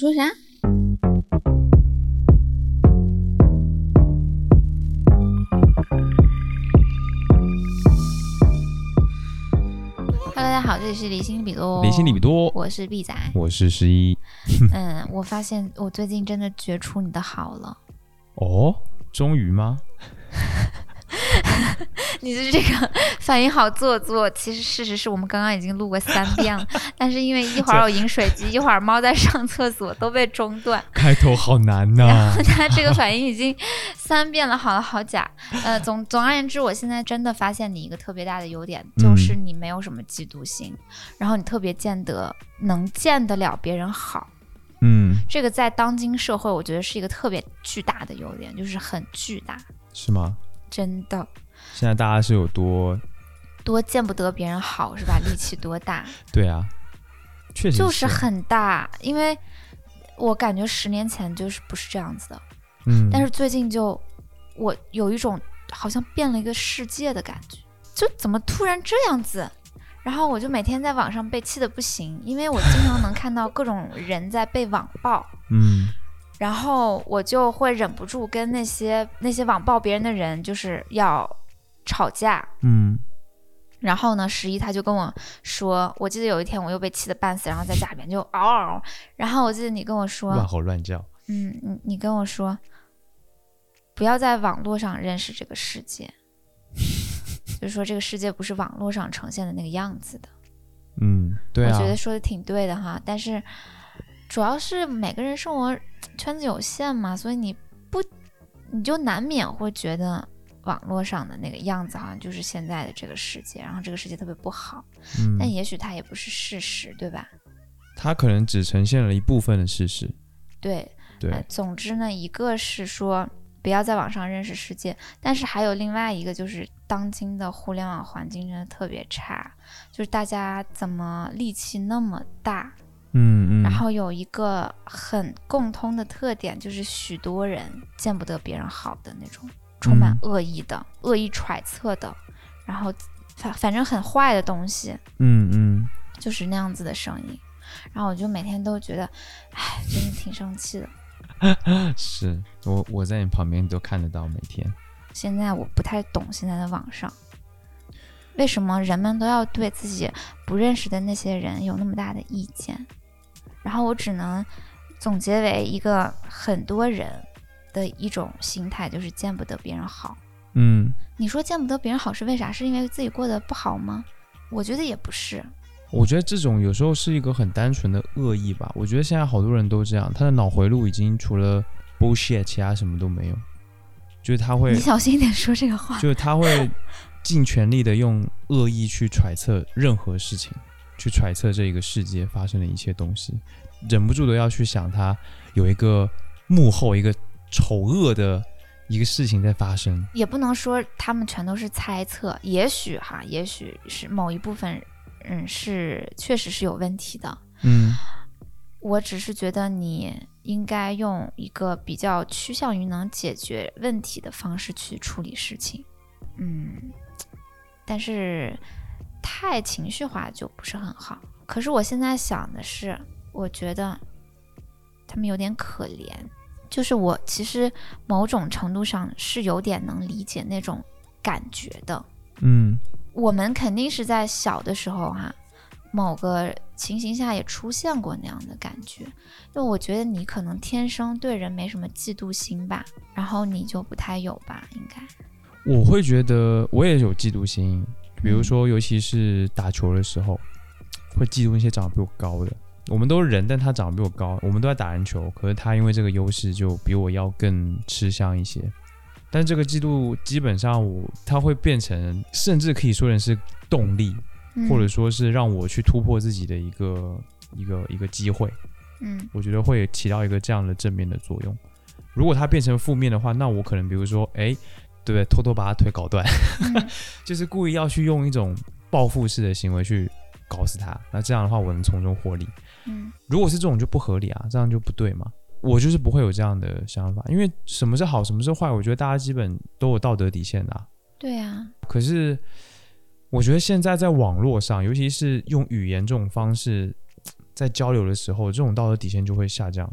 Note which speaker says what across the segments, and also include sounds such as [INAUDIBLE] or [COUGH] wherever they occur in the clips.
Speaker 1: 你说啥？Hello，大家好，这里是离心里比多，
Speaker 2: 理性里比多，
Speaker 1: 哦我是 B 仔。
Speaker 2: 我是十一。
Speaker 1: 嗯，我发现我最近真的觉出你的好了，
Speaker 2: 哦，终于
Speaker 1: [LAUGHS]
Speaker 2: 吗？
Speaker 1: 你的这个反应好做作。其实事实是我们刚刚已经录过三遍了，但是因为一会儿我饮水 [LAUGHS] 机，一会儿猫在上厕所，都被中断。
Speaker 2: 开头好难呐、
Speaker 1: [LAUGHS] 然后他这个反应已经三遍了，好了好假。呃，总总而言之，我现在真的发现你一个特别大的优点，就是你没有什么嫉妒心，然后你特别见得能见得了别人好。
Speaker 2: 嗯，
Speaker 1: 这个在当今社会，我觉得是一个特别巨大的优点，就是很巨大，
Speaker 2: 是吗？
Speaker 1: 真的
Speaker 2: 现在大家是有多？
Speaker 1: 多见不得别人好是吧？力气多大，
Speaker 2: 对啊，确实
Speaker 1: 就是很大，因为我感觉十年前就是不是这样子的，
Speaker 2: 嗯，
Speaker 1: 但是最近就我有一种好像变了一个世界的感觉，就怎么突然这样子？然后我就每天在网上被气的不行，因为我经常能看到各种人在被网暴，
Speaker 2: 嗯，
Speaker 1: 然后我就会忍不住跟那些那些网暴别人的人就是要吵架。
Speaker 2: 嗯
Speaker 1: 然后呢，十一他就跟我说，我记得有一天我又被气得半死，然后在家里面就嗷嗷。然后我记得你跟我说，
Speaker 2: 乱吼乱叫，
Speaker 1: 嗯，你你跟我说，不要在网络上认识这个世界，就是说这个世界不是网络上呈现的那个样子的。
Speaker 2: 嗯，对
Speaker 1: 我
Speaker 2: 啊
Speaker 1: 觉，得说的挺对的哈，但是主要是每个人生活圈子有限嘛，所以你不你就难免会觉得网络上的那个样子好像就是现在的这个世界，然后这个世界特别不好，但
Speaker 2: 嗯，
Speaker 1: 也许它也不是事实，对吧？
Speaker 2: 他可能只呈现了一部分的事实，
Speaker 1: 对，
Speaker 2: 对，
Speaker 1: 呃，总之呢，一个是说不要在网上认识世界，但是还有另外一个就是当今的互联网环境真的特别差，就是大家怎么戾气那么大，
Speaker 2: 嗯嗯，
Speaker 1: 然后有一个很共通的特点，就是许多人见不得别人好的那种，充满
Speaker 2: 嗯
Speaker 1: 恶意的、恶意揣测的，然后反反正很坏的东西，
Speaker 2: 嗯嗯，
Speaker 1: 就是那样子的声音。然后我就每天都觉得，哎，真的挺生气的。
Speaker 2: 是我我在你旁边都看得到，每天
Speaker 1: 现在我不太懂现在的网上，为什么人们都要对自己不认识的那些人有那么大的意见？然后我只能总结为一个很多人的一种心态，就是见不得别人好。
Speaker 2: 嗯。
Speaker 1: 你说见不得别人好是为啥？是因为自己过得不好吗？我觉得也不是。
Speaker 2: 我觉得这种有时候是一个很单纯的恶意吧。我觉得现在好多人都这样，他的脑回路已经除了 bullshit，其他什么都没有。就是他会
Speaker 1: 你，小心一点说这个话。
Speaker 2: 就是他会尽全力的用恶意去揣测任何事情，去揣测这一个世界发生的一切东西，忍不住的要去想他有一个幕后一个丑恶的一个事情在发生。
Speaker 1: 也不能说他们全都是猜测，也许哈，也许是某一部分人是确实是有问题的，
Speaker 2: 嗯
Speaker 1: 我只是觉得你应该用一个比较趋向于能解决问题的方式去处理事情。嗯，但是太情绪化就不是很好。可是我现在想的是，我觉得他们有点可怜，就是我其实某种程度上是有点能理解那种感觉的。
Speaker 2: 嗯
Speaker 1: 我们肯定是在小的时候哈、某个情形下也出现过那样的感觉。因为我觉得你可能天生对人没什么嫉妒心吧，然后你就不太有吧，应该。
Speaker 2: 我会觉得我也有嫉妒心，比如说，尤其是打球的时候，会嫉妒那些长得比我高的。我们都是人，但他长得比我高，我们都在打篮球，可是他因为这个优势就比我要更吃香一些。但这个嫉妒基本上我，它会变成，甚至可以说成是动力，
Speaker 1: 嗯，
Speaker 2: 或者说是让我去突破自己的一个一个一个机会。
Speaker 1: 嗯
Speaker 2: 我觉得会起到一个这样的正面的作用。如果它变成负面的话，那我可能比如说，哎，对不对？偷偷把他腿搞断，
Speaker 1: 嗯
Speaker 2: [LAUGHS] 就是故意要去用一种报复式的行为去搞死他。那这样的话，我能从中获利。
Speaker 1: 嗯
Speaker 2: 如果是这种就不合理啊，这样就不对嘛。我就是不会有这样的想法，因为什么是好，什么是坏，我觉得大家基本都有道德底线的、啊。
Speaker 1: 对啊，
Speaker 2: 可是，我觉得现在在网络上，尤其是用语言这种方式，在交流的时候，这种道德底线就会下降，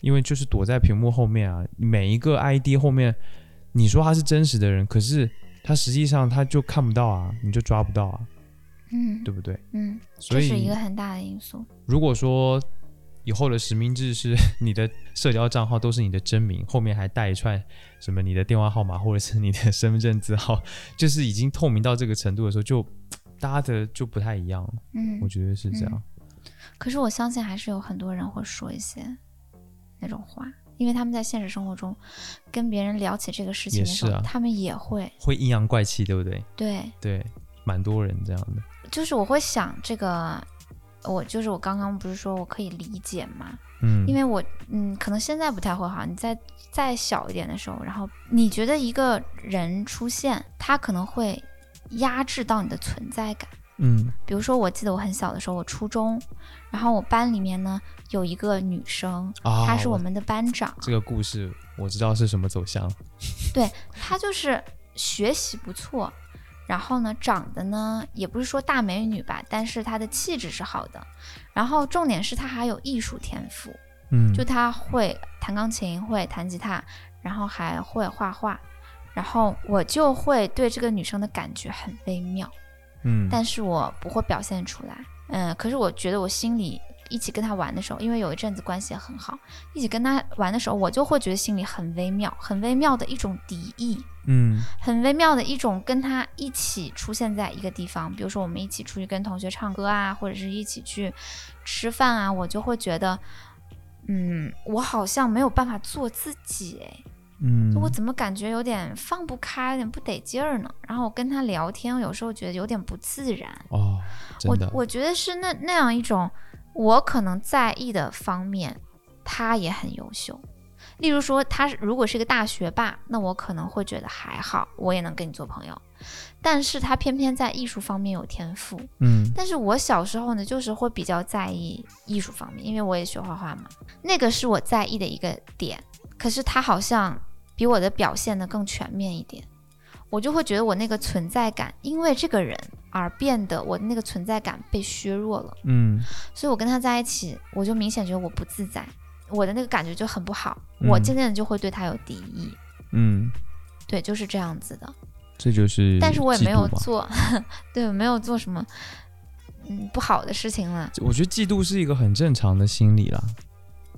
Speaker 2: 因为就是躲在屏幕后面啊，每一个 ID 后面，你说他是真实的人，可是他实际上他就看不到啊，你就抓不到啊，
Speaker 1: 嗯
Speaker 2: 对不对？
Speaker 1: 嗯，
Speaker 2: 所
Speaker 1: 这是一
Speaker 2: 以
Speaker 1: 个很大的因素。
Speaker 2: 如果说以后的实名制是 [LAUGHS] 你的社交账号都是你的真名，后面还带一串什么你的电话号码或者是你的身份证字号，就是已经透明到这个程度的时候，就大家的就不太一样了，
Speaker 1: 嗯
Speaker 2: 我，觉得是这样。
Speaker 1: 可是我相信还是有很多人会说一些那种话，因为他们在现实生活中跟别人聊起这个事情
Speaker 2: 也
Speaker 1: 的时候，
Speaker 2: 是啊
Speaker 1: 他们也会
Speaker 2: 会阴阳怪气，对不对？
Speaker 1: 对，
Speaker 2: 对，蛮多人这样的。
Speaker 1: 就是我会想这个。我就是我刚刚不是说我可以理解吗？
Speaker 2: 嗯，
Speaker 1: 因为我嗯，可能现在不太会哈。你再再小一点的时候，然后你觉得一个人出现，他可能会压制到你的存在感。
Speaker 2: 嗯
Speaker 1: 比如说，我记得我很小的时候，我初中，然后我班里面呢有一个女生，
Speaker 2: 啊，
Speaker 1: 她是我们的班长，
Speaker 2: 这个故事，我知道是什么走向。
Speaker 1: 她就是学习不错，然后呢长得呢也不是说大美女吧，但是她的气质是好的，然后重点是她还有艺术天赋，
Speaker 2: 嗯，
Speaker 1: 就她会弹钢琴，会弹吉他，然后还会画画，然后我就会对这个女生的感觉很微妙。
Speaker 2: 嗯，
Speaker 1: 但是我不会表现出来。嗯，可是我觉得我心里一起跟他玩的时候，因为有一阵子关系也很好，一起跟他玩的时候，我就会觉得心里很微妙，很微妙的一种敌意，
Speaker 2: 嗯
Speaker 1: 很微妙的一种跟他一起出现在一个地方，比如说我们一起出去跟同学唱歌啊，或者是一起去吃饭啊，我就会觉得。嗯，我好像没有办法做自己诶
Speaker 2: 嗯，
Speaker 1: 就我怎么感觉有点放不开，有点不得劲儿呢？然后我跟他聊天，有时候觉得有点不自然。
Speaker 2: 哦，真
Speaker 1: 我
Speaker 2: 的，
Speaker 1: 我觉得是那那样一种，我可能在意的方面，他也很优秀。例如说，他是如果是一个大学霸，那我可能会觉得还好，我也能跟你做朋友。但是他偏偏在艺术方面有天赋。
Speaker 2: 嗯
Speaker 1: 但是我小时候呢，就是会比较在意艺术方面，因为我也学画画嘛，那个是我在意的一个点。可是他好像比我的表现呢更全面一点，我就会觉得我那个存在感，因为这个人而变得我的那个存在感被削弱了，
Speaker 2: 嗯
Speaker 1: 所以我跟他在一起，我就明显觉得我不自在，我的那个感觉就很不好，
Speaker 2: 嗯
Speaker 1: 我渐渐的就会对他有敌意，
Speaker 2: 嗯，
Speaker 1: 对，就是这样子的。
Speaker 2: 这就是，
Speaker 1: 但是我也没有。做， [LAUGHS] 对，没有做什么嗯不好的事情了。
Speaker 2: 我觉得嫉妒是一个很正常的心理啦，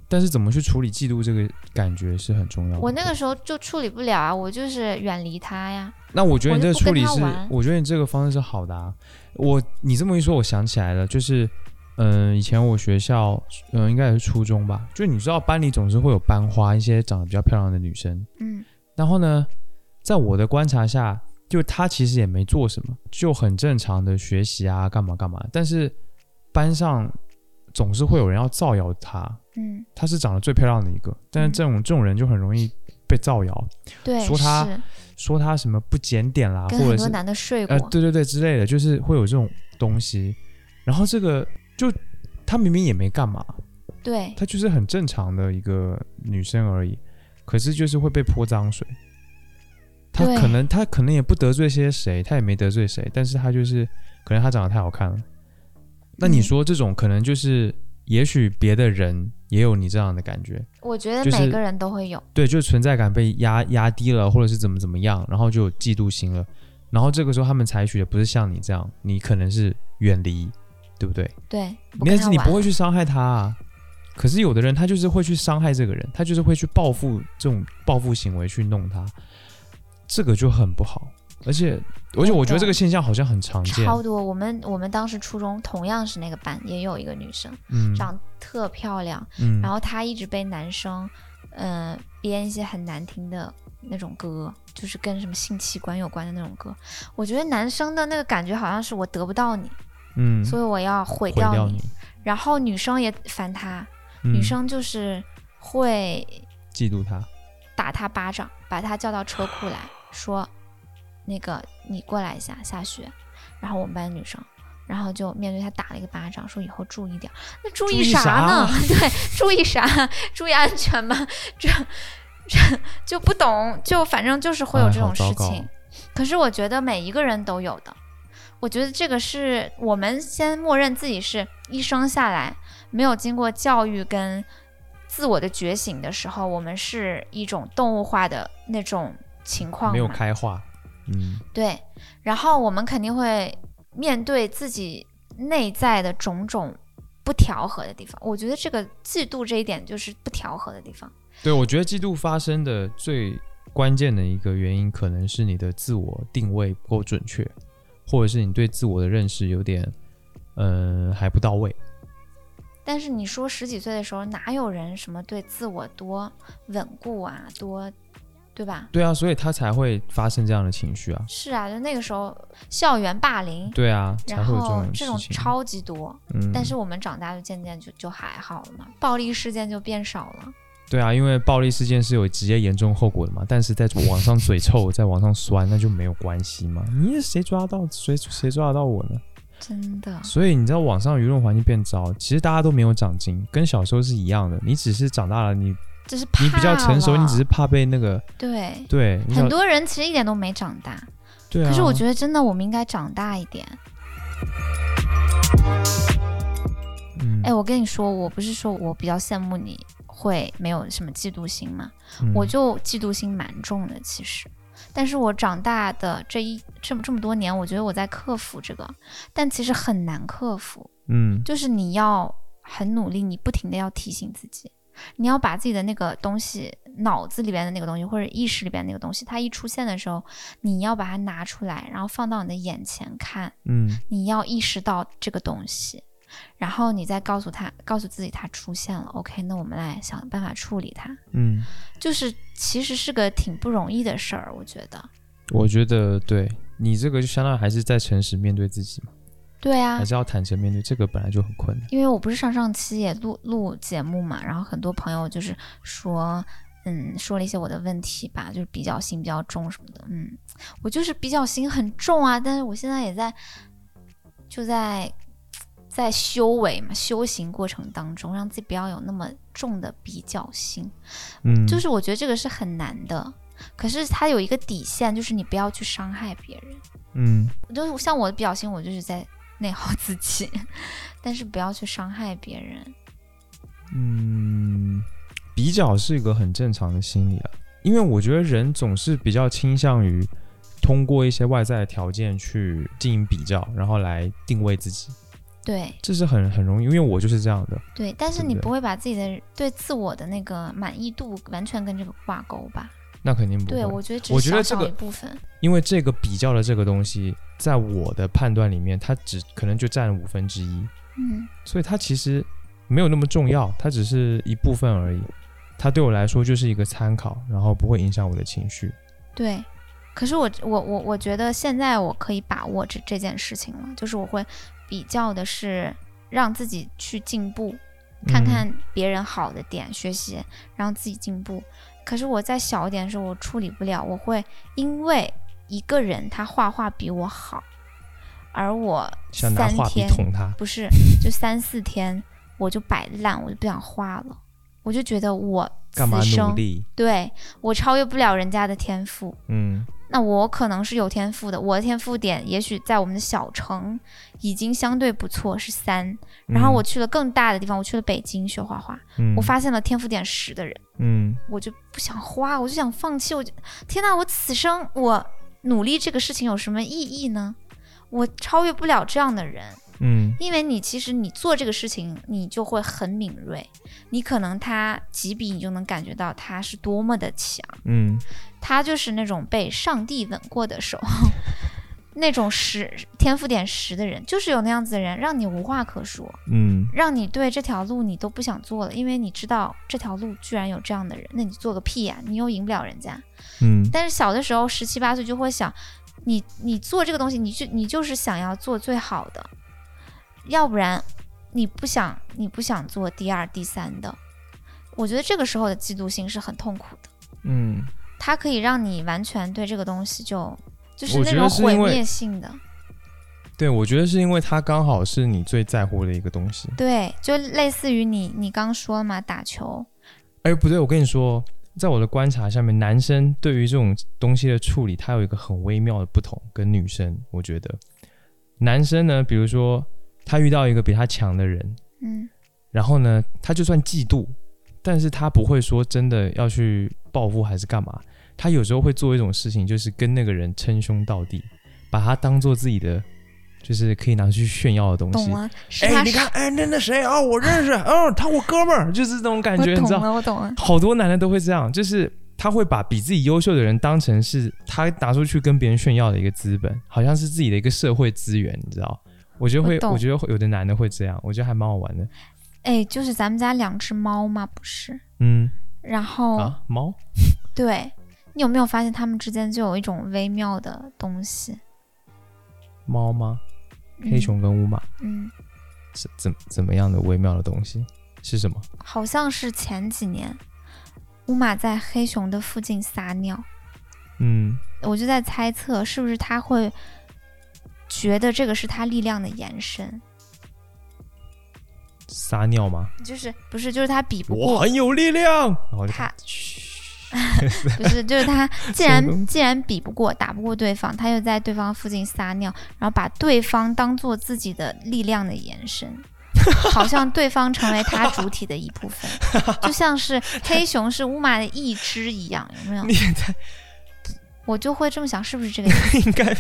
Speaker 2: 但是怎么去处理嫉妒这个感觉是很重要的。
Speaker 1: 我那个时候就处理不了啊，我就是远离他呀。
Speaker 2: 那我觉得你这个处理
Speaker 1: 我就是不跟他玩，
Speaker 2: 我觉得你这个方式是好的啊。我你这么一说，我想起来了，就是，嗯、以前我学校，嗯、应该也是初中吧，就你知道班里总是会有班花，一些长得比较漂亮的女生。
Speaker 1: 嗯
Speaker 2: 然后呢，在我的观察下，就她其实也没做什么，就很正常的学习啊，干嘛干嘛。但是班上总是会有人要造谣她，
Speaker 1: 嗯，
Speaker 2: 她是长得最漂亮的一个，但是这种、这种人就很容易被造谣，
Speaker 1: 对，
Speaker 2: 说他
Speaker 1: 是
Speaker 2: 说她什么不检点啦，
Speaker 1: 跟
Speaker 2: 或
Speaker 1: 很
Speaker 2: 者
Speaker 1: 多
Speaker 2: 是
Speaker 1: 男的睡过。
Speaker 2: 呃，对对对之类的，就是会有这种东西。然后这个就她明明也没干嘛，
Speaker 1: 对
Speaker 2: 她就是很正常的一个女生而已，可是就是会被泼脏水。她
Speaker 1: 对
Speaker 2: 可能她可能也不得罪些谁，她也没得罪谁，但是她就是可能她长得太好看了。那你
Speaker 1: 嗯
Speaker 2: 说这种可能就是，也许别的人也有你这样的感觉，
Speaker 1: 我觉得
Speaker 2: 就是
Speaker 1: 每个人都会有。
Speaker 2: 对，就是存在感被压压低了，或者是怎么怎么样，然后就有嫉妒心了。然后这个时候他们采取的不是像你这样，你可能是远离，对不对？
Speaker 1: 对，不
Speaker 2: 但
Speaker 1: 跟
Speaker 2: 是
Speaker 1: 他
Speaker 2: 你不
Speaker 1: 玩。
Speaker 2: 会去伤害他啊。可是有的人他就是会去伤害这个人，他就是会去报复这种报复行为去弄他，这个就很不好。而且而且我觉得这个现象好像很常见，
Speaker 1: 超多，我们我们当时初中同样是那个班，也有一个女生，
Speaker 2: 嗯
Speaker 1: 长得特漂亮，
Speaker 2: 嗯
Speaker 1: 然后她一直被男生，嗯、编一些很难听的那种歌，就是跟什么性器官有关的那种歌。我觉得男生的那个感觉好像是我得不到你，
Speaker 2: 嗯
Speaker 1: 所以我要毁
Speaker 2: 毁掉
Speaker 1: 你。然后女生也烦他，
Speaker 2: 嗯
Speaker 1: 女生就是会
Speaker 2: 嫉妒他，
Speaker 1: 打他巴掌，把他叫到车库来说，那个你过来一下，下雪。然后我们班女生，然后就面对他打了一个巴掌，说以后注意点儿。那注
Speaker 2: 注意
Speaker 1: 意啥呢？ [LAUGHS]
Speaker 2: 啥
Speaker 1: 对，注意啥？ [LAUGHS] 注意安全吗？ [LAUGHS] 这这就不懂，就反正就是会有
Speaker 2: 哎
Speaker 1: 这
Speaker 2: 好
Speaker 1: 种事
Speaker 2: 糟糕
Speaker 1: 情。可是我觉得每一个人都有的，我觉得这个是我们先默认自己是一生下来没有经过教育跟自我的觉醒的时候，我们是一种动物化的那种情况
Speaker 2: 没有
Speaker 1: 嘛
Speaker 2: 开化，嗯，
Speaker 1: 对，然后我们肯定会面对自己内在的种种不调和的地方。我觉得这个嫉妒这一点就是不调和的地方。
Speaker 2: 对，我觉得嫉妒发生的最关键的一个原因，可能是你的自我定位不够准确，或者是你对自我的认识有点，嗯、还不到位。
Speaker 1: 但是你说十几岁的时候，哪有人什么对自我多稳固啊，多对吧？
Speaker 2: 对啊，所以他才会发生这样的情绪啊。
Speaker 1: 是啊，就那个时候校园霸凌，
Speaker 2: 对啊，才
Speaker 1: 然
Speaker 2: 会有
Speaker 1: 后
Speaker 2: 种
Speaker 1: 这
Speaker 2: 事
Speaker 1: 种
Speaker 2: 情。
Speaker 1: 超级多。
Speaker 2: 嗯，
Speaker 1: 但是我们长大就渐渐就就还好了嘛，暴力事件就变少了。
Speaker 2: 对啊，因为暴力事件是有直接严重后果的嘛，但是在网上嘴臭，在网上酸，那就没有关系嘛。你谁抓到谁谁抓得到我呢？
Speaker 1: 真的，
Speaker 2: 所以你知道网上舆论环境变糟，其实大家都没有长进，跟小时候是一样的。你只是长大了，你
Speaker 1: 就是怕
Speaker 2: 你比较成熟，
Speaker 1: 了
Speaker 2: 你只是怕被那个
Speaker 1: 对
Speaker 2: 对，你
Speaker 1: 很
Speaker 2: 想
Speaker 1: 多人其实一点都没长大，
Speaker 2: 对啊。
Speaker 1: 可是我觉得真的我们应该长大一点。
Speaker 2: 得，嗯
Speaker 1: 哎，我跟你说，我不是说我比较羡慕你会没有什么嫉妒心吗？
Speaker 2: 嗯
Speaker 1: 我就嫉妒心蛮重的，其实。但是我长大的这一这么这么多年，我觉得我在克服这个，但其实很难克服，
Speaker 2: 嗯
Speaker 1: 就是你要很努力，你不停的要提醒自己，你要把自己的那个东西，脑子里边的那个东西或者意识里边那个东西，它一出现的时候，你要把它拿出来，然后放到你的眼前看，
Speaker 2: 嗯
Speaker 1: 你要意识到这个东西，然后你再告诉他，告诉自己它出现了，OK，那我们来想办法处理它。
Speaker 2: 嗯，
Speaker 1: 就是其实是个挺不容易的事儿，我觉得。
Speaker 2: 我觉得对你这个就相当于还是在诚实面对自己嘛，
Speaker 1: 对啊
Speaker 2: 还，是要坦诚面对，这个本来就很困难。
Speaker 1: 因为我不是上上期也录录节目嘛，然后很多朋友就是说，嗯，说了一些我的问题吧，就是比较心比较重什么的，嗯，我就是比较心很重啊，但是我现在也在就在在修为嘛，修行过程当中，让自己不要有那么重的比较心，
Speaker 2: 嗯，
Speaker 1: 就是我觉得这个是很难的，可是它有一个底线，就是你不要去伤害别人。
Speaker 2: 嗯
Speaker 1: 我就是像我的表情，我就是在内耗自己， [LAUGHS] 但是不要去伤害别人。
Speaker 2: 嗯，比较是一个很正常的心理啊，因为我觉得人总是比较倾向于通过一些外在的条件去进行比较，然后来定位自己，
Speaker 1: 对
Speaker 2: 这是很很容易，因为我就是这样的。
Speaker 1: 对，但是
Speaker 2: 对
Speaker 1: 你
Speaker 2: 对
Speaker 1: 不会把自己的对自我的那个满意度完全跟这个挂钩吧？
Speaker 2: 那肯定不会。
Speaker 1: 对，
Speaker 2: 啊
Speaker 1: 我觉得只
Speaker 2: 我
Speaker 1: 是
Speaker 2: 觉得
Speaker 1: 小小
Speaker 2: 这个
Speaker 1: 一部分。
Speaker 2: 因为这个比较的这个东西，在我的判断里面，它只可能就占五分之一，
Speaker 1: 嗯，
Speaker 2: 所以它其实没有那么重要，它只是一部分而已。它对我来说就是一个参考，然后不会影响我的情绪。
Speaker 1: 对。可是我我我我觉得现在我可以把握这这件事情了，就是我会比较的是让自己去进步，
Speaker 2: 嗯
Speaker 1: 看看别人好的点，学习，让自己进步。可是我再小一点的时候，我处理不了，我会因为一个人他画画比我好，而我
Speaker 2: 想拿
Speaker 1: 三
Speaker 2: 画笔
Speaker 1: 天
Speaker 2: 捅它。
Speaker 1: 不是就三四天我就摆烂，我就不想画了，我就觉得我
Speaker 2: 干嘛
Speaker 1: 此
Speaker 2: 努
Speaker 1: 生
Speaker 2: 力？
Speaker 1: 对我超越不了人家的天赋。
Speaker 2: 嗯
Speaker 1: 那我可能是有天赋的，我的天赋点也许在我们的小城已经相对不错，是三。然后我去了更大的地方，我去了北京学画画，
Speaker 2: 嗯
Speaker 1: 我发现了天赋点十的人，
Speaker 2: 嗯
Speaker 1: 我就不想花，我就想放弃。我就天哪，我此生我努力这个事情有什么意义呢？我超越不了这样的人，
Speaker 2: 嗯
Speaker 1: 因为你其实你做这个事情，你就会很敏锐，你可能他几笔你就能感觉到他是多么的强，
Speaker 2: 嗯
Speaker 1: 他就是那种被上帝吻过的手， [LAUGHS] 那种十天赋点十的人，就是有那样子的人，让你无话可说。
Speaker 2: 嗯
Speaker 1: 让你对这条路你都不想做了，因为你知道这条路居然有这样的人，那你做个屁呀、你又赢不了人家。
Speaker 2: 嗯
Speaker 1: 但是小的时候，十七八岁就会想，你你做这个东西，你就你就是想要做最好的，要不然你不想你不想做第二、第三的。我觉得这个时候的嫉妒心是很痛苦的，
Speaker 2: 嗯，
Speaker 1: 它可以让你完全对这个东西就就是
Speaker 2: 我
Speaker 1: 那
Speaker 2: 觉得
Speaker 1: 种
Speaker 2: 是
Speaker 1: 毁
Speaker 2: 因为
Speaker 1: 灭性的，
Speaker 2: 对，我觉得是因为它刚好是你最在乎的一个东西。
Speaker 1: 对，就类似于你你刚说了嘛，打球，
Speaker 2: 哎，不对，我跟你说，在我的观察下面，男生对于这种东西的处理，它有一个很微妙的不同，跟女生，我觉得，男生呢，比如说他遇到一个比他强的人，
Speaker 1: 嗯
Speaker 2: 然后呢，他就算嫉妒，但是他不会说真的要去报复还是干嘛，他有时候会做一种事情，就是跟那个人称兄道弟，把他当做自己的，就是可以拿去炫耀的东西
Speaker 1: 懂。了，是
Speaker 2: 哎，
Speaker 1: 他
Speaker 2: 你
Speaker 1: 是
Speaker 2: 看，哎，那那谁啊、我认识，哦，他我哥们儿，就是这种感
Speaker 1: 我
Speaker 2: 觉，你
Speaker 1: 懂
Speaker 2: 知道？
Speaker 1: 了，我懂了，
Speaker 2: 好多男的都会这样，就是他会把比自己优秀的人当成是他拿出去跟别人炫耀的一个资本，好像是自己的一个社会资源，你知道？我觉得会
Speaker 1: 我，懂
Speaker 2: 我觉得会有的男的会这样，我觉得还蛮好玩的。
Speaker 1: 哎，就是咱们家两只猫嘛，不是？
Speaker 2: 嗯、
Speaker 1: 然后、
Speaker 2: 啊，猫
Speaker 1: 对你有没有发现它们之间就有一种微妙的东西？
Speaker 2: 猫吗？黑熊跟乌马
Speaker 1: 嗯，嗯，
Speaker 2: 是怎怎么样的微妙的东西？是什么？
Speaker 1: 好像是前几年乌马在黑熊的附近撒尿，
Speaker 2: 嗯，
Speaker 1: 我就在猜测是不是它会觉得这个是它力量的延伸，
Speaker 2: 撒尿吗？
Speaker 1: 就是不是就是它比不
Speaker 2: 我
Speaker 1: 过
Speaker 2: 很有力量，然后就
Speaker 1: 它
Speaker 2: 嘘
Speaker 1: 不是，就是
Speaker 2: [LAUGHS]
Speaker 1: 他既
Speaker 2: 什么
Speaker 1: 然
Speaker 2: 东西
Speaker 1: 既然比不过、打不过对方，他又在对方附近撒尿，然后把对方当做自己的力量的延
Speaker 2: [LAUGHS]
Speaker 1: 伸，好像对方成为他主体的一部分，
Speaker 2: [LAUGHS]
Speaker 1: 就像是黑熊是乌马的一只一样，有没有
Speaker 2: 你？也太
Speaker 1: 我就会这么想，是不是这个意思？
Speaker 2: 应该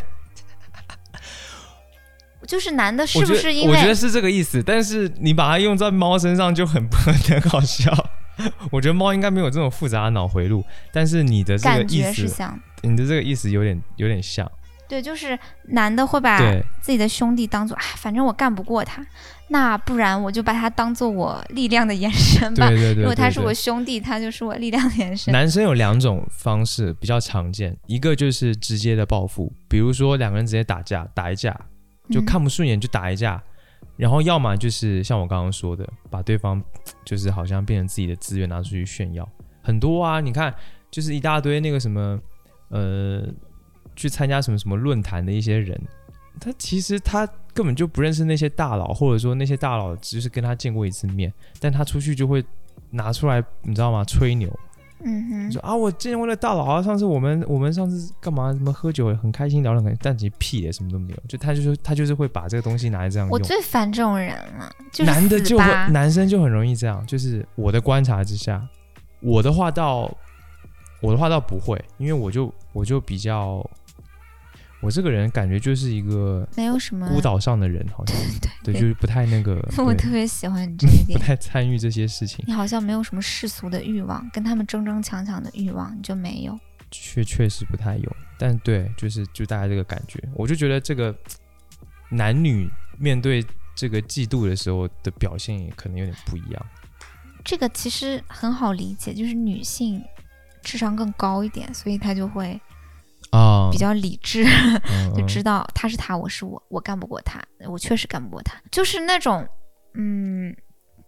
Speaker 1: 就是男的
Speaker 2: 我
Speaker 1: 是
Speaker 2: 觉
Speaker 1: 不
Speaker 2: 得
Speaker 1: 是因
Speaker 2: 我觉
Speaker 1: 为
Speaker 2: 得是这个意思，但是你把它用在猫身上就很不很好笑。 [LAUGHS] 我觉得猫应该没有这种复杂的脑回路，但是你的这个
Speaker 1: 感
Speaker 2: 意
Speaker 1: 觉是
Speaker 2: 思，
Speaker 1: 像？
Speaker 2: 你的这个意思有点有点像，
Speaker 1: 对，就是男的会把
Speaker 2: 对，
Speaker 1: 自己的兄弟当做，哎，反正我干不过他，那不然我就把他当做我力量的延伸吧
Speaker 2: 对。对对对。
Speaker 1: 如果他是
Speaker 2: 对
Speaker 1: 我兄弟，他就是我力量的延伸。
Speaker 2: 男生有两种方式比较常见，一个就是直接的报复，比如说两个人直接打架，打一架
Speaker 1: 嗯
Speaker 2: 就看不顺眼就打一架，然后要么就是像我刚刚说的，把对方就是好像变成自己的资源拿出去炫耀，很多啊，你看就是一大堆那个什么呃，去参加什么什么论坛的一些人，他其实他根本就不认识那些大佬，或者说那些大佬只是跟他见过一次面，但他出去就会拿出来，你知道吗？吹牛。
Speaker 1: 嗯哼
Speaker 2: 你，说啊，我见过那大佬啊，上次我们我们上次干嘛？什么喝酒很开心，聊得很开心，但其实屁也什么都没有。就他就是他就是会把这个东西拿来这样
Speaker 1: 我
Speaker 2: 用，
Speaker 1: 最烦这种人了，就是
Speaker 2: 男的
Speaker 1: 死
Speaker 2: 就会
Speaker 1: 吧
Speaker 2: 男生就很容易这样。就是我的观察之下，我的话倒我的话倒不会，因为我就我就比较我这个人感觉就是一个
Speaker 1: 没有什么
Speaker 2: 孤。岛上的人，好像对
Speaker 1: 嗯 [LAUGHS] 对
Speaker 2: 就是不太那个，
Speaker 1: [LAUGHS] 我
Speaker 2: 对嗯
Speaker 1: 特别喜欢你这一
Speaker 2: 不
Speaker 1: 点，
Speaker 2: 太参与这些事情。
Speaker 1: 你好像没有什么世俗的欲望，跟他们争争抢抢的欲望你就没有。
Speaker 2: 确确实不太有，但对，就是就大概这个感觉，我就觉得这个男女面对这个嫉妒的时候的表现也可能有点不一样。
Speaker 1: 这个其实很好理解，就是女性智商更高一点，所以她就会
Speaker 2: 啊
Speaker 1: 比较理智，
Speaker 2: 嗯
Speaker 1: 就知道他是他，我是我，我干不过他，我确实干不过他，就是那种嗯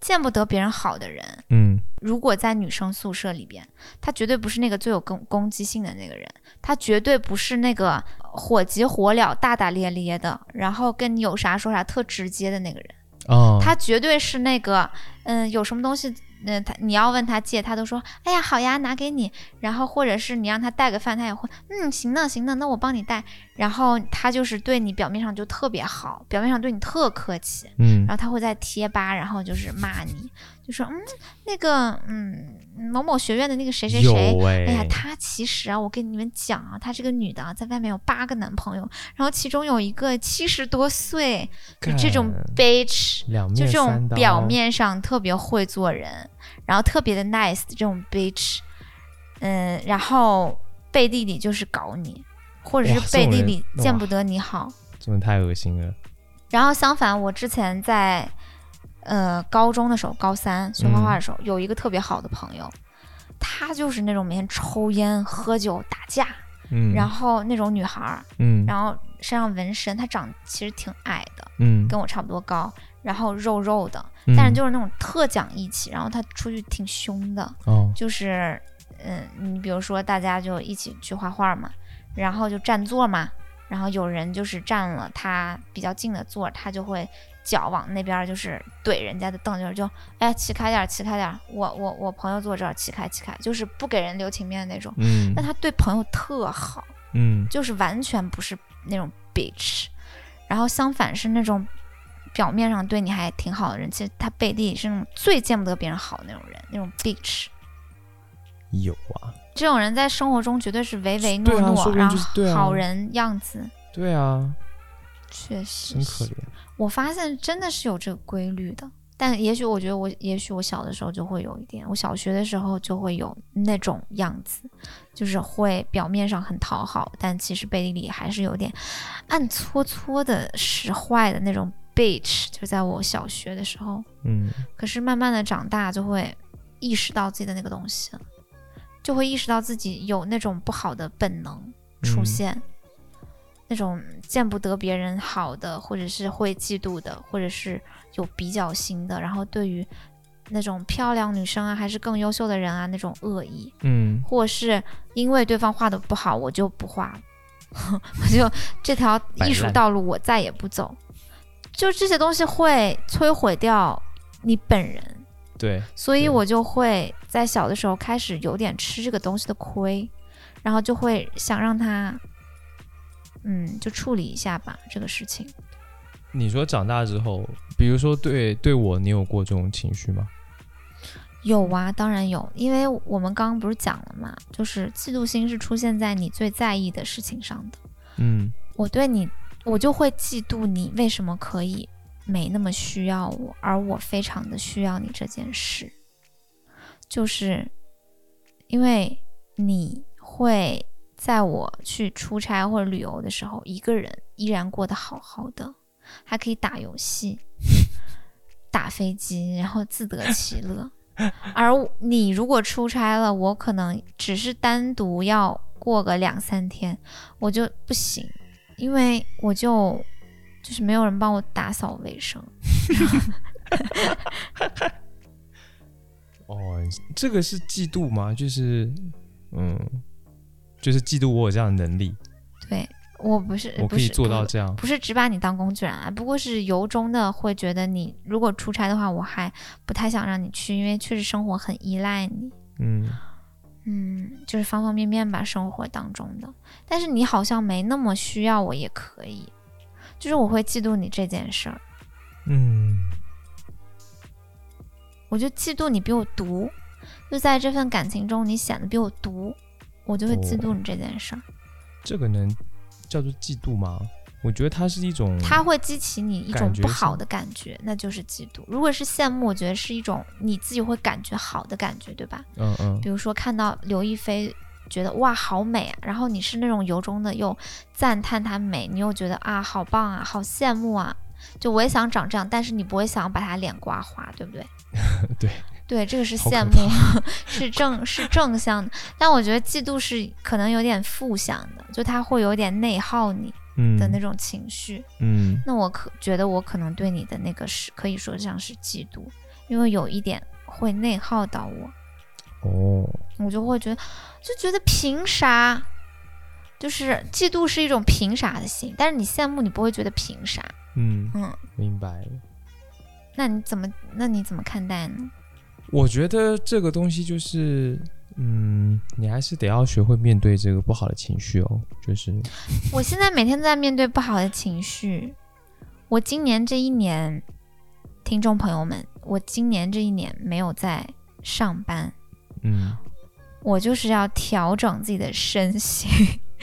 Speaker 1: 见不得别人好的人，
Speaker 2: 嗯
Speaker 1: 如果在女生宿舍里边，他绝对不是那个最有攻攻击性的那个人，他绝对不是那个火急火燎、大大咧咧的，然后跟你有啥说啥、特直接的那个人，
Speaker 2: 啊，
Speaker 1: 他绝对是那个，嗯，有什么东西，嗯，他你要问他借，他都说，哎呀，好呀，拿给你，然后或者是你让他带个饭，他也会，嗯，行呢，行呢，那我帮你带，然后他就是对你表面上就特别好，表面上对你特客气，
Speaker 2: 嗯
Speaker 1: 然后他会在贴吧，然后就是骂你，就说嗯，那个嗯某某学院的那个谁谁谁，
Speaker 2: 有哎、
Speaker 1: 哎呀，她其实啊，我跟你们讲啊，她这个女的啊，在外面有八个男朋友，然后其中有一个七十多岁，就这种
Speaker 2: 干
Speaker 1: bitch，
Speaker 2: 两面
Speaker 1: 就这种
Speaker 2: 三刀啊
Speaker 1: 表面上特别会做人，然后特别的 nice 的这种 bitch，嗯，然后背地里就是搞你，或者
Speaker 2: 哇
Speaker 1: 是
Speaker 2: 这
Speaker 1: 背
Speaker 2: 种
Speaker 1: 地
Speaker 2: 人
Speaker 1: 里见
Speaker 2: 哇
Speaker 1: 不得你好。
Speaker 2: 真的太恶心了。
Speaker 1: 然后相反，我之前在呃高中的时候，高三学画画的时候，有一个特别好的朋友，她就是那种每天抽烟、喝酒、打架，
Speaker 2: 嗯，
Speaker 1: 然后那种女孩儿，
Speaker 2: 嗯
Speaker 1: 然后身上纹身，她长其实挺矮的，
Speaker 2: 嗯，
Speaker 1: 跟我差不多高，然后肉肉的，
Speaker 2: 嗯
Speaker 1: 但是就是那种特讲义气，然后她出去挺凶的，
Speaker 2: 哦
Speaker 1: 就是嗯，你比如说大家就一起去画画嘛，然后就占座嘛，然后有人就是占了他比较近的座，他就会脚往那边儿就是怼人家的凳，就是就哎起开点儿，起开点儿，我我我朋友坐这儿，起开起开，就是不给人留情面的那种。
Speaker 2: 嗯
Speaker 1: 但他对朋友特好，
Speaker 2: 嗯
Speaker 1: 就是完全不是那种 bitch，然后相反是那种表面上对你还挺好的人，其实他背地里是那种最见不得别人好的那种人，那种 bitch。
Speaker 2: 有啊，
Speaker 1: 这种人在生活中绝对是唯唯诺
Speaker 2: 对啊
Speaker 1: 诺，
Speaker 2: 说不定
Speaker 1: 然
Speaker 2: 就是
Speaker 1: 后
Speaker 2: 对啊
Speaker 1: 好人样子，
Speaker 2: 对啊，
Speaker 1: 确实
Speaker 2: 真
Speaker 1: 是
Speaker 2: 可怜。
Speaker 1: 我发现真的是有这个规律的，但也许我觉得我，也许我小的时候就会有一点，我小学的时候就会有那种样子，就是会表面上很讨好，但其实背地里还是有点暗搓搓的使坏的那种 bitch，就在我小学的时候。
Speaker 2: 嗯，
Speaker 1: 可是慢慢的长大，就会意识到自己的那个东西了，就会意识到自己有那种不好的本能出
Speaker 2: 嗯
Speaker 1: 现，那种见不得别人好的，或者是会嫉妒的，或者是有比较心的，然后对于那种漂亮女生啊，还是更优秀的人啊，那种恶意，
Speaker 2: 嗯，
Speaker 1: 或是因为对方画的不好，我就不画了， [LAUGHS] 我就这条艺术
Speaker 2: 摆烂
Speaker 1: 道路我再也不走。就这些东西会摧毁掉你本人，
Speaker 2: 对，
Speaker 1: 所以
Speaker 2: 对
Speaker 1: 我就会在小的时候开始有点吃这个东西的亏，然后就会想让他，嗯，就处理一下吧这个事情。
Speaker 2: 你说长大之后，比如说对对我，你有过这种情绪吗？
Speaker 1: 有啊，当然有，因为我们刚刚不是讲了嘛，就是嫉妒心是出现在你最在意的事情上的。
Speaker 2: 嗯
Speaker 1: 我对你，我就会嫉妒你为什么可以没那么需要我，而我非常的需要你这件事，就是因为你会在我去出差或者旅游的时候，一个人依然过得好好的，还可以打游戏、 [LAUGHS] 打飞机，然后自得其乐。而你如果出差了，我可能只是单独要过个两三天，我就不行，因为我就就是没有人帮我打扫卫生。
Speaker 2: 哦，这个是嫉妒吗？就是嗯，就是嫉妒我有这样的能力，
Speaker 1: 对我不是，
Speaker 2: 我可
Speaker 1: 不
Speaker 2: 以
Speaker 1: 是
Speaker 2: 做到
Speaker 1: 不
Speaker 2: 这样。
Speaker 1: 不是只把你当工具人啊，不过是由衷的会觉得你如果出差的话，我还不太想让你去，因为确实生活很依赖你。
Speaker 2: 嗯，
Speaker 1: 嗯，就是方方面面吧，生活当中的。但是你好像没那么需要我，也可以。就是我会嫉妒你这件事儿，
Speaker 2: 嗯，
Speaker 1: 我就嫉妒你比我毒，就在这份感情中你显得比我毒，我就会嫉
Speaker 2: 哦
Speaker 1: 妒你这件事儿。
Speaker 2: 这个能叫做嫉妒吗？我觉得它是一种，
Speaker 1: 它会激起你一种
Speaker 2: 感觉
Speaker 1: 不
Speaker 2: 是
Speaker 1: 好的感觉，那就是嫉妒。如果是羡慕，我觉得是一种你自己会感觉好的感觉，对吧？
Speaker 2: 嗯嗯
Speaker 1: 比如说看到刘亦菲，觉得哇好美啊，然后你是那种由衷的又赞叹她美，你又觉得啊好棒啊，好羡慕啊，就我也想长这样，但是你不会想把她脸刮花，对不对？
Speaker 2: [LAUGHS] 对
Speaker 1: 对，这个是
Speaker 2: 好可
Speaker 1: 羡慕， [LAUGHS] 是正是正向的，但我觉得嫉妒是可能有点负向的，就它会有点内耗你
Speaker 2: 嗯
Speaker 1: 的那种情绪。
Speaker 2: 嗯
Speaker 1: 那我可觉得我可能对你的那个是可以说像是嫉妒，因为有一点会内耗到我，
Speaker 2: 哦，
Speaker 1: 我就会觉得就觉得凭啥，就是嫉妒是一种凭啥的心，但是你羡慕你不会觉得凭啥，
Speaker 2: 嗯
Speaker 1: 嗯，
Speaker 2: 明白了。
Speaker 1: 那你怎么那你怎么看待呢？
Speaker 2: 我觉得这个东西就是，嗯，你还是得要学会面对这个不好的情绪哦。就是，
Speaker 1: 我现在每天在面对不好的情绪，我今年这一年，听众朋友们，我今年这一年没有在上班，
Speaker 2: 嗯
Speaker 1: 我就是要调整自己的身心。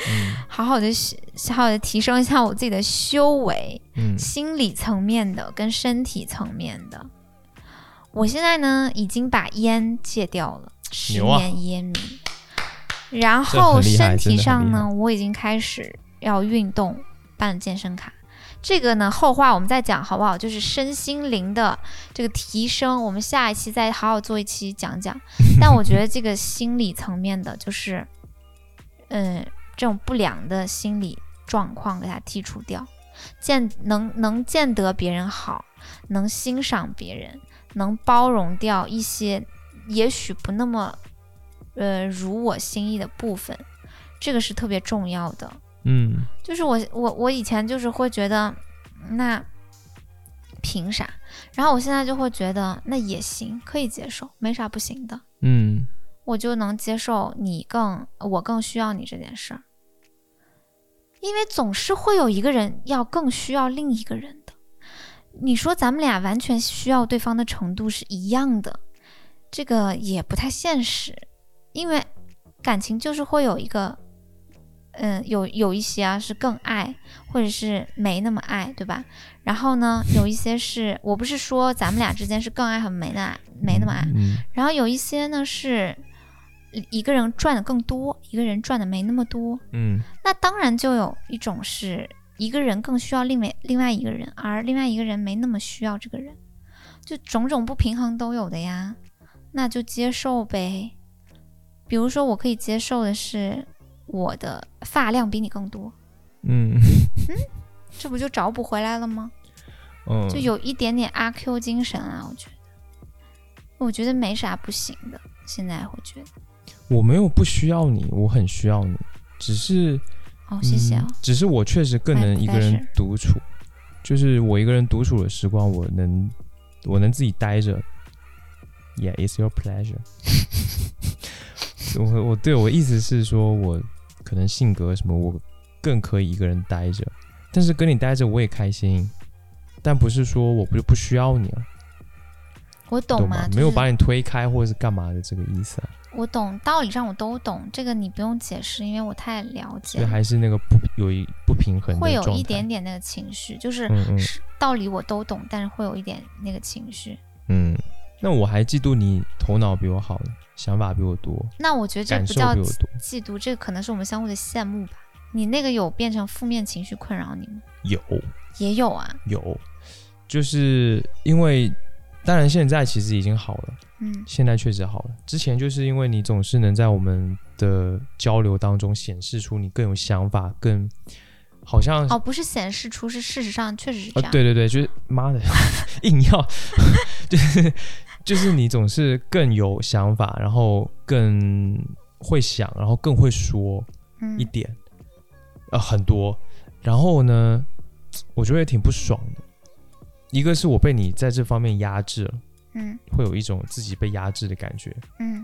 Speaker 2: 嗯
Speaker 1: 好好的学，好好的提升一下我自己的修为，
Speaker 2: 嗯
Speaker 1: 心理层面的跟身体层面的。我现在呢，已经把烟戒掉了，十
Speaker 2: 牛啊
Speaker 1: 年烟民。然
Speaker 2: 这很厉
Speaker 1: 后
Speaker 2: 害
Speaker 1: 身体上
Speaker 2: 真的
Speaker 1: 呢，
Speaker 2: 很
Speaker 1: 我已经开始要运动，办健身卡。这个呢，后话我们再讲好不好？就是身心灵的这个提升，我们下一期再好好做一期讲
Speaker 2: [LAUGHS]
Speaker 1: 讲。但我觉得这个心理层面的，就是，嗯，这种不良的心理状况给它剔除掉，见能能见得别人好，能欣赏别人，能包容掉一些也许不那么，呃，如我心意的部分，这个是特别重要的。
Speaker 2: 嗯
Speaker 1: 就是我我我以前就是会觉得那凭啥，然后我现在就会觉得那也行，可以接受，没啥不行的，
Speaker 2: 嗯
Speaker 1: 我就能接受你更我更需要你这件事儿，因为总是会有一个人要更需要另一个人的。你说咱们俩完全需要对方的程度是一样的，这个也不太现实，因为感情就是会有一个，嗯，有有一些啊是更爱，或者是没那么爱，对吧？然后呢，有一些是我不是说咱们俩之间是更爱和没那爱没那么爱，
Speaker 2: 嗯
Speaker 1: 然后有一些呢是一个人赚的更多，一个人赚的没那么多，
Speaker 2: 嗯
Speaker 1: 那当然就有一种是一个人更需要另外另外一个人，而另外一个人没那么需要这个人，就种种不平衡都有的呀，那就接受呗。比如说，我可以接受的是我的发量比你更多，
Speaker 2: 嗯
Speaker 1: 这不就找补回来了吗？
Speaker 2: 嗯，
Speaker 1: 就有一点点阿 Q 精神啊，我觉得，我觉得没啥不行的。现在会觉得，
Speaker 2: 我没有不需要你，我很需要你，只是
Speaker 1: 哦，谢谢啊
Speaker 2: 嗯，只是我确实更能
Speaker 1: My
Speaker 2: 一个人
Speaker 1: pleasure
Speaker 2: 独处，就是我一个人独处的时光，我能我能自己待着。Yeah, it's your pleasure 我。我对我意思是说，我可能性格什么，我更可以一个人待着，但是跟你待着我也开心，但不是说我不就不需要你了，
Speaker 1: 我懂
Speaker 2: 懂
Speaker 1: 吗？
Speaker 2: 吗？
Speaker 1: 就是
Speaker 2: 没有把你推开或者是干嘛的这个意思啊，
Speaker 1: 我懂，道理上我都懂，这个你不用解释，因为我太了解
Speaker 2: 就
Speaker 1: 了。
Speaker 2: 还是那个不有一不平衡的
Speaker 1: 会有
Speaker 2: 状
Speaker 1: 一
Speaker 2: 态
Speaker 1: 点点那个情绪，就是
Speaker 2: 嗯嗯
Speaker 1: 是道理我都懂，但是会有一点那个情绪。
Speaker 2: 嗯，那我还嫉妒你头脑比我好呢，想法比我多，
Speaker 1: 那我觉得这
Speaker 2: 感
Speaker 1: 不
Speaker 2: 受
Speaker 1: 叫
Speaker 2: 比我多。
Speaker 1: 嫉妒，这可能是我们相互的羡慕吧。你那个有变成负面情绪困扰你吗？
Speaker 2: 有
Speaker 1: 也有啊，
Speaker 2: 有，就是因为，当然现在其实已经好了，
Speaker 1: 嗯
Speaker 2: 现在确实好了。之前就是因为你总是能在我们的交流当中显示出你更有想法，更好像
Speaker 1: 哦，不是显示出是事实上确实是这
Speaker 2: 啊，
Speaker 1: 样。
Speaker 2: 对对对，就是妈的， [LAUGHS] 硬要， [LAUGHS] 就是就是你总是更有想法，然后更会想，然后更会说，
Speaker 1: 嗯
Speaker 2: 一点，呃，很多。然后呢，我觉得也挺不爽的。一个是我被你在这方面压制了，
Speaker 1: 嗯
Speaker 2: 会有一种自己被压制的感觉。
Speaker 1: 嗯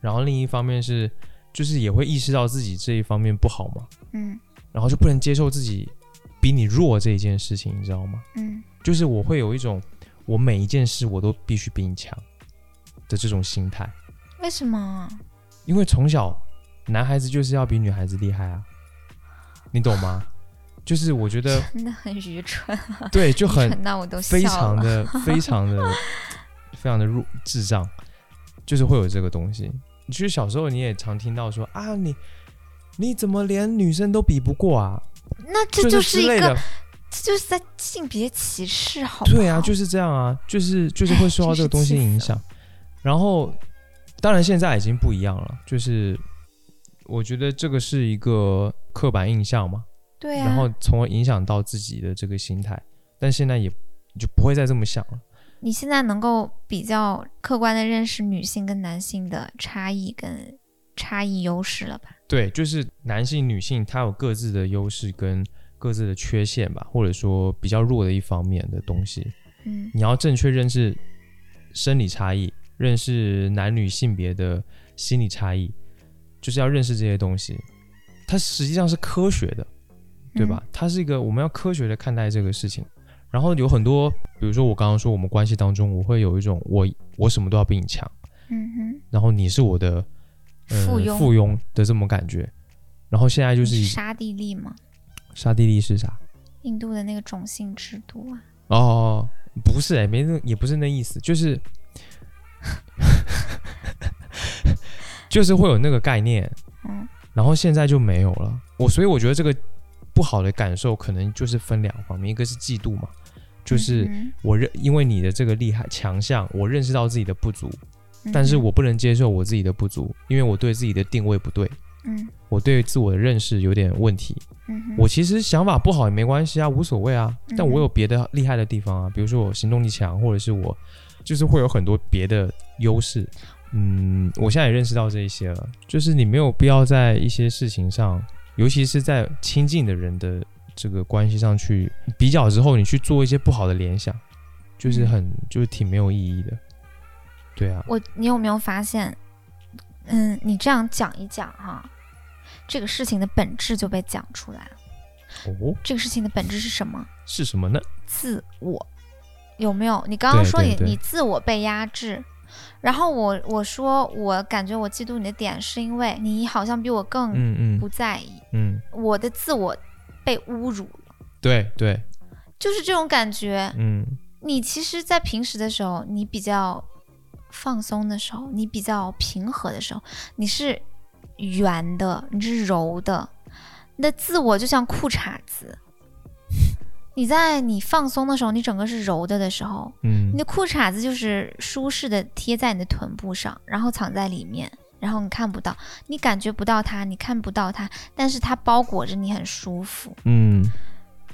Speaker 2: 然后另一方面是，就是也会意识到自己这一方面不好嘛，
Speaker 1: 嗯
Speaker 2: 然后就不能接受自己比你弱这一件事情，你知道吗？
Speaker 1: 嗯
Speaker 2: 就是我会有一种我每一件事我都必须比你强的这种心态，
Speaker 1: 为什么？ [LAUGHS]
Speaker 2: 因为从小男孩子就是要比女孩子厉害啊，你懂吗？就是我觉
Speaker 1: [LAUGHS]
Speaker 2: 得
Speaker 1: 真的很愚蠢，
Speaker 2: 对，就很
Speaker 1: [LAUGHS] 蠢到我都笑
Speaker 2: 非常
Speaker 1: 了。 [LAUGHS]
Speaker 2: 的、非常的、非常的弱智障，就是会有这个东西。其实小时候你也常听到说啊，你你怎么连女生都比不过啊？
Speaker 1: 那这
Speaker 2: 就
Speaker 1: 就是是
Speaker 2: 之
Speaker 1: 一
Speaker 2: 类
Speaker 1: 个，
Speaker 2: 的，
Speaker 1: 这就是在性别歧视，好不好？
Speaker 2: 对啊，就是这样啊，就是就是会受到
Speaker 1: 真
Speaker 2: 这
Speaker 1: 是
Speaker 2: 个东
Speaker 1: 气
Speaker 2: 西
Speaker 1: 哎死啊
Speaker 2: 影
Speaker 1: 了
Speaker 2: 响。然后，当然现在已经不一样了，就是我觉得这个是一个刻板印象嘛，
Speaker 1: 对啊。
Speaker 2: 然后从而影响到自己的这个心态，但现在也就不会再这么想了。
Speaker 1: 你现在能够比较客观的认识女性跟男性的差异跟差异优势了吧？
Speaker 2: 对，就是男性、女性，它有各自的优势跟各自的缺陷吧，或者说比较弱的一方面的东西。
Speaker 1: 嗯
Speaker 2: 你要正确认识生理差异，认识男女性别的心理差异，就是要认识这些东西。它实际上是科学的，
Speaker 1: 嗯
Speaker 2: 对吧？它是一个我们要科学的看待这个事情。然后有很多，比如说我刚刚说我们关系当中，我会有一种我我什么都要比你强，
Speaker 1: 嗯哼，
Speaker 2: 然后你是我的、呃、
Speaker 1: 附庸
Speaker 2: 附庸的这种感觉。然后现在就是一
Speaker 1: 沙地利嘛，
Speaker 2: 沙地利是啥？
Speaker 1: 印度的那个种姓制度啊，
Speaker 2: 哦，不是哎、没那也不是那意思，就是 [LAUGHS] 就是会有那个概念，
Speaker 1: 嗯
Speaker 2: 然后现在就没有了。我所以我觉得这个不好的感受可能就是分两方面，一个是嫉妒嘛，就是
Speaker 1: 嗯
Speaker 2: 我认因为你的这个厉害强项，我认识到自己的不足，
Speaker 1: 哼
Speaker 2: 但是我不能接受我自己的不足，因为我对自己的定位不对，
Speaker 1: 嗯
Speaker 2: 我对自我的认识有点问题，
Speaker 1: 嗯哼
Speaker 2: 我其实想法不好也没关系啊，无所谓啊。但我
Speaker 1: 嗯
Speaker 2: 有别的厉害的地方啊，比如说我行动力强，或者是我就是会有很多别的优势。嗯，我现在也认识到这一些了，就是你没有必要在一些事情上，尤其是在亲近的人的这个关系上去比较之后，你去做一些不好的联想，
Speaker 1: 嗯
Speaker 2: 就是很、就是挺没有意义的。对啊，
Speaker 1: 我你有没有发现，嗯，你这样讲一讲哈、这个事情的本质就被讲出来了。
Speaker 2: 哦，
Speaker 1: 这个事情的本质是什么？
Speaker 2: 是什么呢？
Speaker 1: 自我有没有？你刚刚
Speaker 2: 对
Speaker 1: 说
Speaker 2: 对
Speaker 1: 你
Speaker 2: 对
Speaker 1: 你自我被压制，然后我我说我感觉我嫉妒你的点是因为你好像比我更
Speaker 2: 嗯嗯
Speaker 1: 不在意，
Speaker 2: 嗯，
Speaker 1: 我的自我被侮辱了，
Speaker 2: 对对，
Speaker 1: 就是这种感觉。
Speaker 2: 嗯
Speaker 1: 你其实，在平时的时候，你比较放松的时候，你比较平和的时候，你是圆的，你是柔的，你的自我就像裤衩子。你在你放松的时候，你整个是柔的的时候，
Speaker 2: 嗯
Speaker 1: 你的裤衩子就是舒适的贴在你的臀部上，然后藏在里面，然后你看不到，你感觉不到它，你看不到它，但是它包裹着你，很舒服，
Speaker 2: 嗯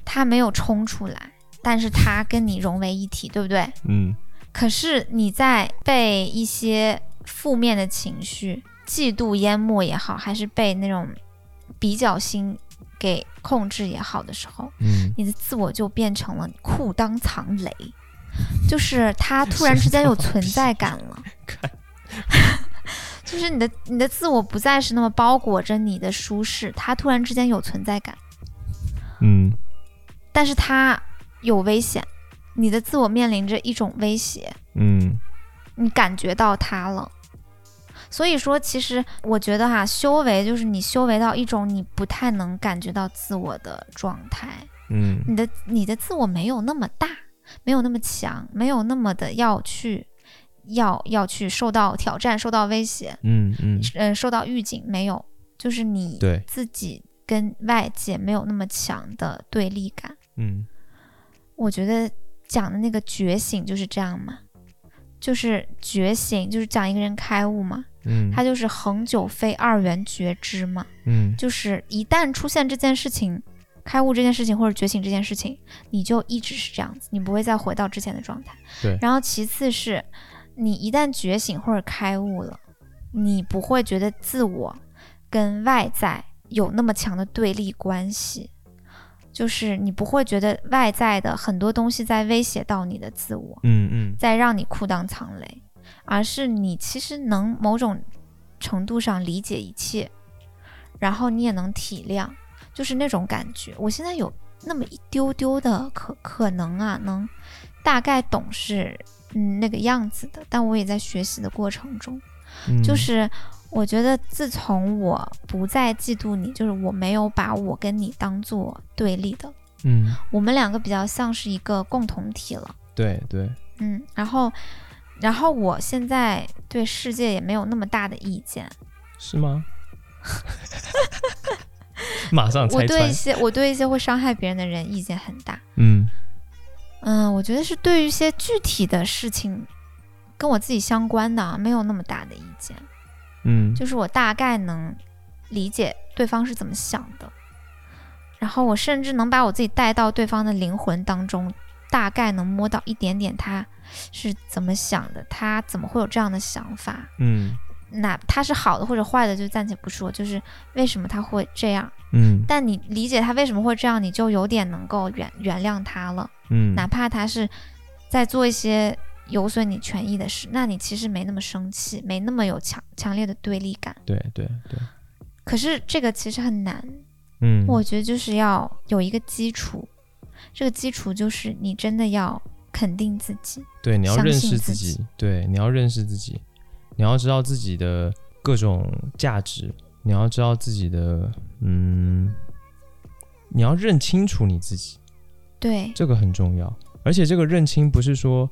Speaker 1: 它没有冲出来，但是它跟你融为一体，对不对？
Speaker 2: 嗯，
Speaker 1: 可是你在被一些负面的情绪、嫉妒淹没也好，还是被那种比较心给控制也好的时候，
Speaker 2: 嗯，
Speaker 1: 你的自我就变成了裤裆藏雷，就是它突然之间有存在感了。 [LAUGHS] 就是你的你的自我不再是那么包裹着你的舒适，它突然之间有存在感，
Speaker 2: 嗯
Speaker 1: 但是它有危险，你的自我面临着一种威胁，
Speaker 2: 嗯
Speaker 1: 你感觉到它了。所以说，其实我觉得哈、修为就是你修为到一种你不太能感觉到自我的状态，
Speaker 2: 嗯
Speaker 1: 你的你的自我没有那么大，没有那么强，没有那么的要去要要去受到挑战、受到威胁、
Speaker 2: 嗯嗯，
Speaker 1: 嗯、受到预警，没有，就是你
Speaker 2: 对，
Speaker 1: 自己跟外界没有那么强的对立感。
Speaker 2: 嗯
Speaker 1: 我觉得讲的那个觉醒就是这样嘛，就是觉醒，就是讲一个人开悟嘛，
Speaker 2: 嗯，
Speaker 1: 他就是恒久非二元觉知嘛。
Speaker 2: 嗯
Speaker 1: 就是一旦出现这件事情，开悟这件事情或者觉醒这件事情，你就一直是这样子，你不会再回到之前的状态。
Speaker 2: 对
Speaker 1: 然后其次是，你一旦觉醒或者开悟了，你不会觉得自我跟外在有那么强的对立关系，就是你不会觉得外在的很多东西在威胁到你的自我。
Speaker 2: 嗯嗯
Speaker 1: 在让你裤裆藏雷，而是你其实能某种程度上理解一切，然后你也能体谅，就是那种感觉。我现在有那么一丢丢的可可能啊，能大概懂是嗯那个样子的，但我也在学习的过程中，
Speaker 2: 嗯，
Speaker 1: 就是我觉得自从我不再嫉妒你，就是我没有把我跟你当做对立的，
Speaker 2: 嗯，
Speaker 1: 我们两个比较像是一个共同体了。
Speaker 2: 对对，
Speaker 1: 嗯，然后，然后我现在对世界也没有那么大的意见。
Speaker 2: 是吗？马上
Speaker 1: 我
Speaker 2: 拆
Speaker 1: 对
Speaker 2: 穿
Speaker 1: 一，些我对一些会伤害别人的人意见很大。
Speaker 2: 嗯
Speaker 1: 嗯，我觉得是对于一些具体的事情跟我自己相关的啊没有那么大的意见，
Speaker 2: 嗯
Speaker 1: 就是我大概能理解对方是怎么想的，然后我甚至能把我自己带到对方的灵魂当中，大概能摸到一点点他是怎么想的，他怎么会有这样的想法。
Speaker 2: 嗯
Speaker 1: 哪他是好的或者坏的，就暂且不说，就是为什么他会这样。
Speaker 2: 嗯
Speaker 1: 但你理解他为什么会这样，你就有点能够原原谅他了，
Speaker 2: 嗯，
Speaker 1: 哪怕他是在做一些有损你权益的事，那你其实没那么生气，没那么有强强烈的对立感。
Speaker 2: 对对对，
Speaker 1: 可是这个其实很难，
Speaker 2: 嗯，
Speaker 1: 我觉得就是要有一个基础，这个基础就是你真的要肯定自己，
Speaker 2: 对，你要
Speaker 1: 相
Speaker 2: 认
Speaker 1: 信
Speaker 2: 识
Speaker 1: 自
Speaker 2: 自
Speaker 1: 己
Speaker 2: 己，对，你要认识自己，你要知道自己的各种价值，你要知道自己的，嗯，你要认清楚你自己，
Speaker 1: 对
Speaker 2: 这个很重要。而且这个认清不是说，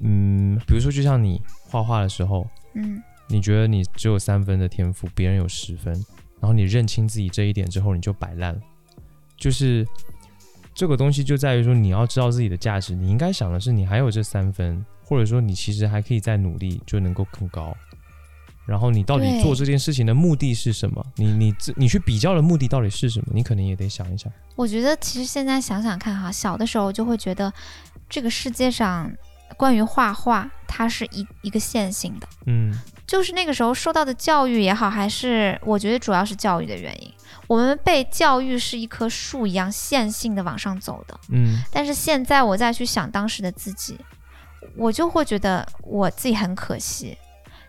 Speaker 2: 嗯，比如说就像你画画的时候，
Speaker 1: 嗯，
Speaker 2: 你觉得你只有三分的天赋，别人有十分，然后你认清自己这一点之后，你就摆烂了。就是这个东西就在于说，你要知道自己的价值，你应该想的是你还有这三分，或者说你其实还可以再努力，就能够更高。然后你到底
Speaker 1: 对
Speaker 2: 做这件事情的目的是什么？你你这你去比较的目的到底是什么？你可能也得想一想。
Speaker 1: 我觉得其实现在想想看哈，小的时候就会觉得这个世界上关于画画，它是一一个线性的，
Speaker 2: 嗯
Speaker 1: 就是那个时候受到的教育也好，还是我觉得主要是教育的原因，我们被教育是一棵树一样线性的往上走的。
Speaker 2: 嗯
Speaker 1: 但是现在我再去想当时的自己，我就会觉得我自己很可惜，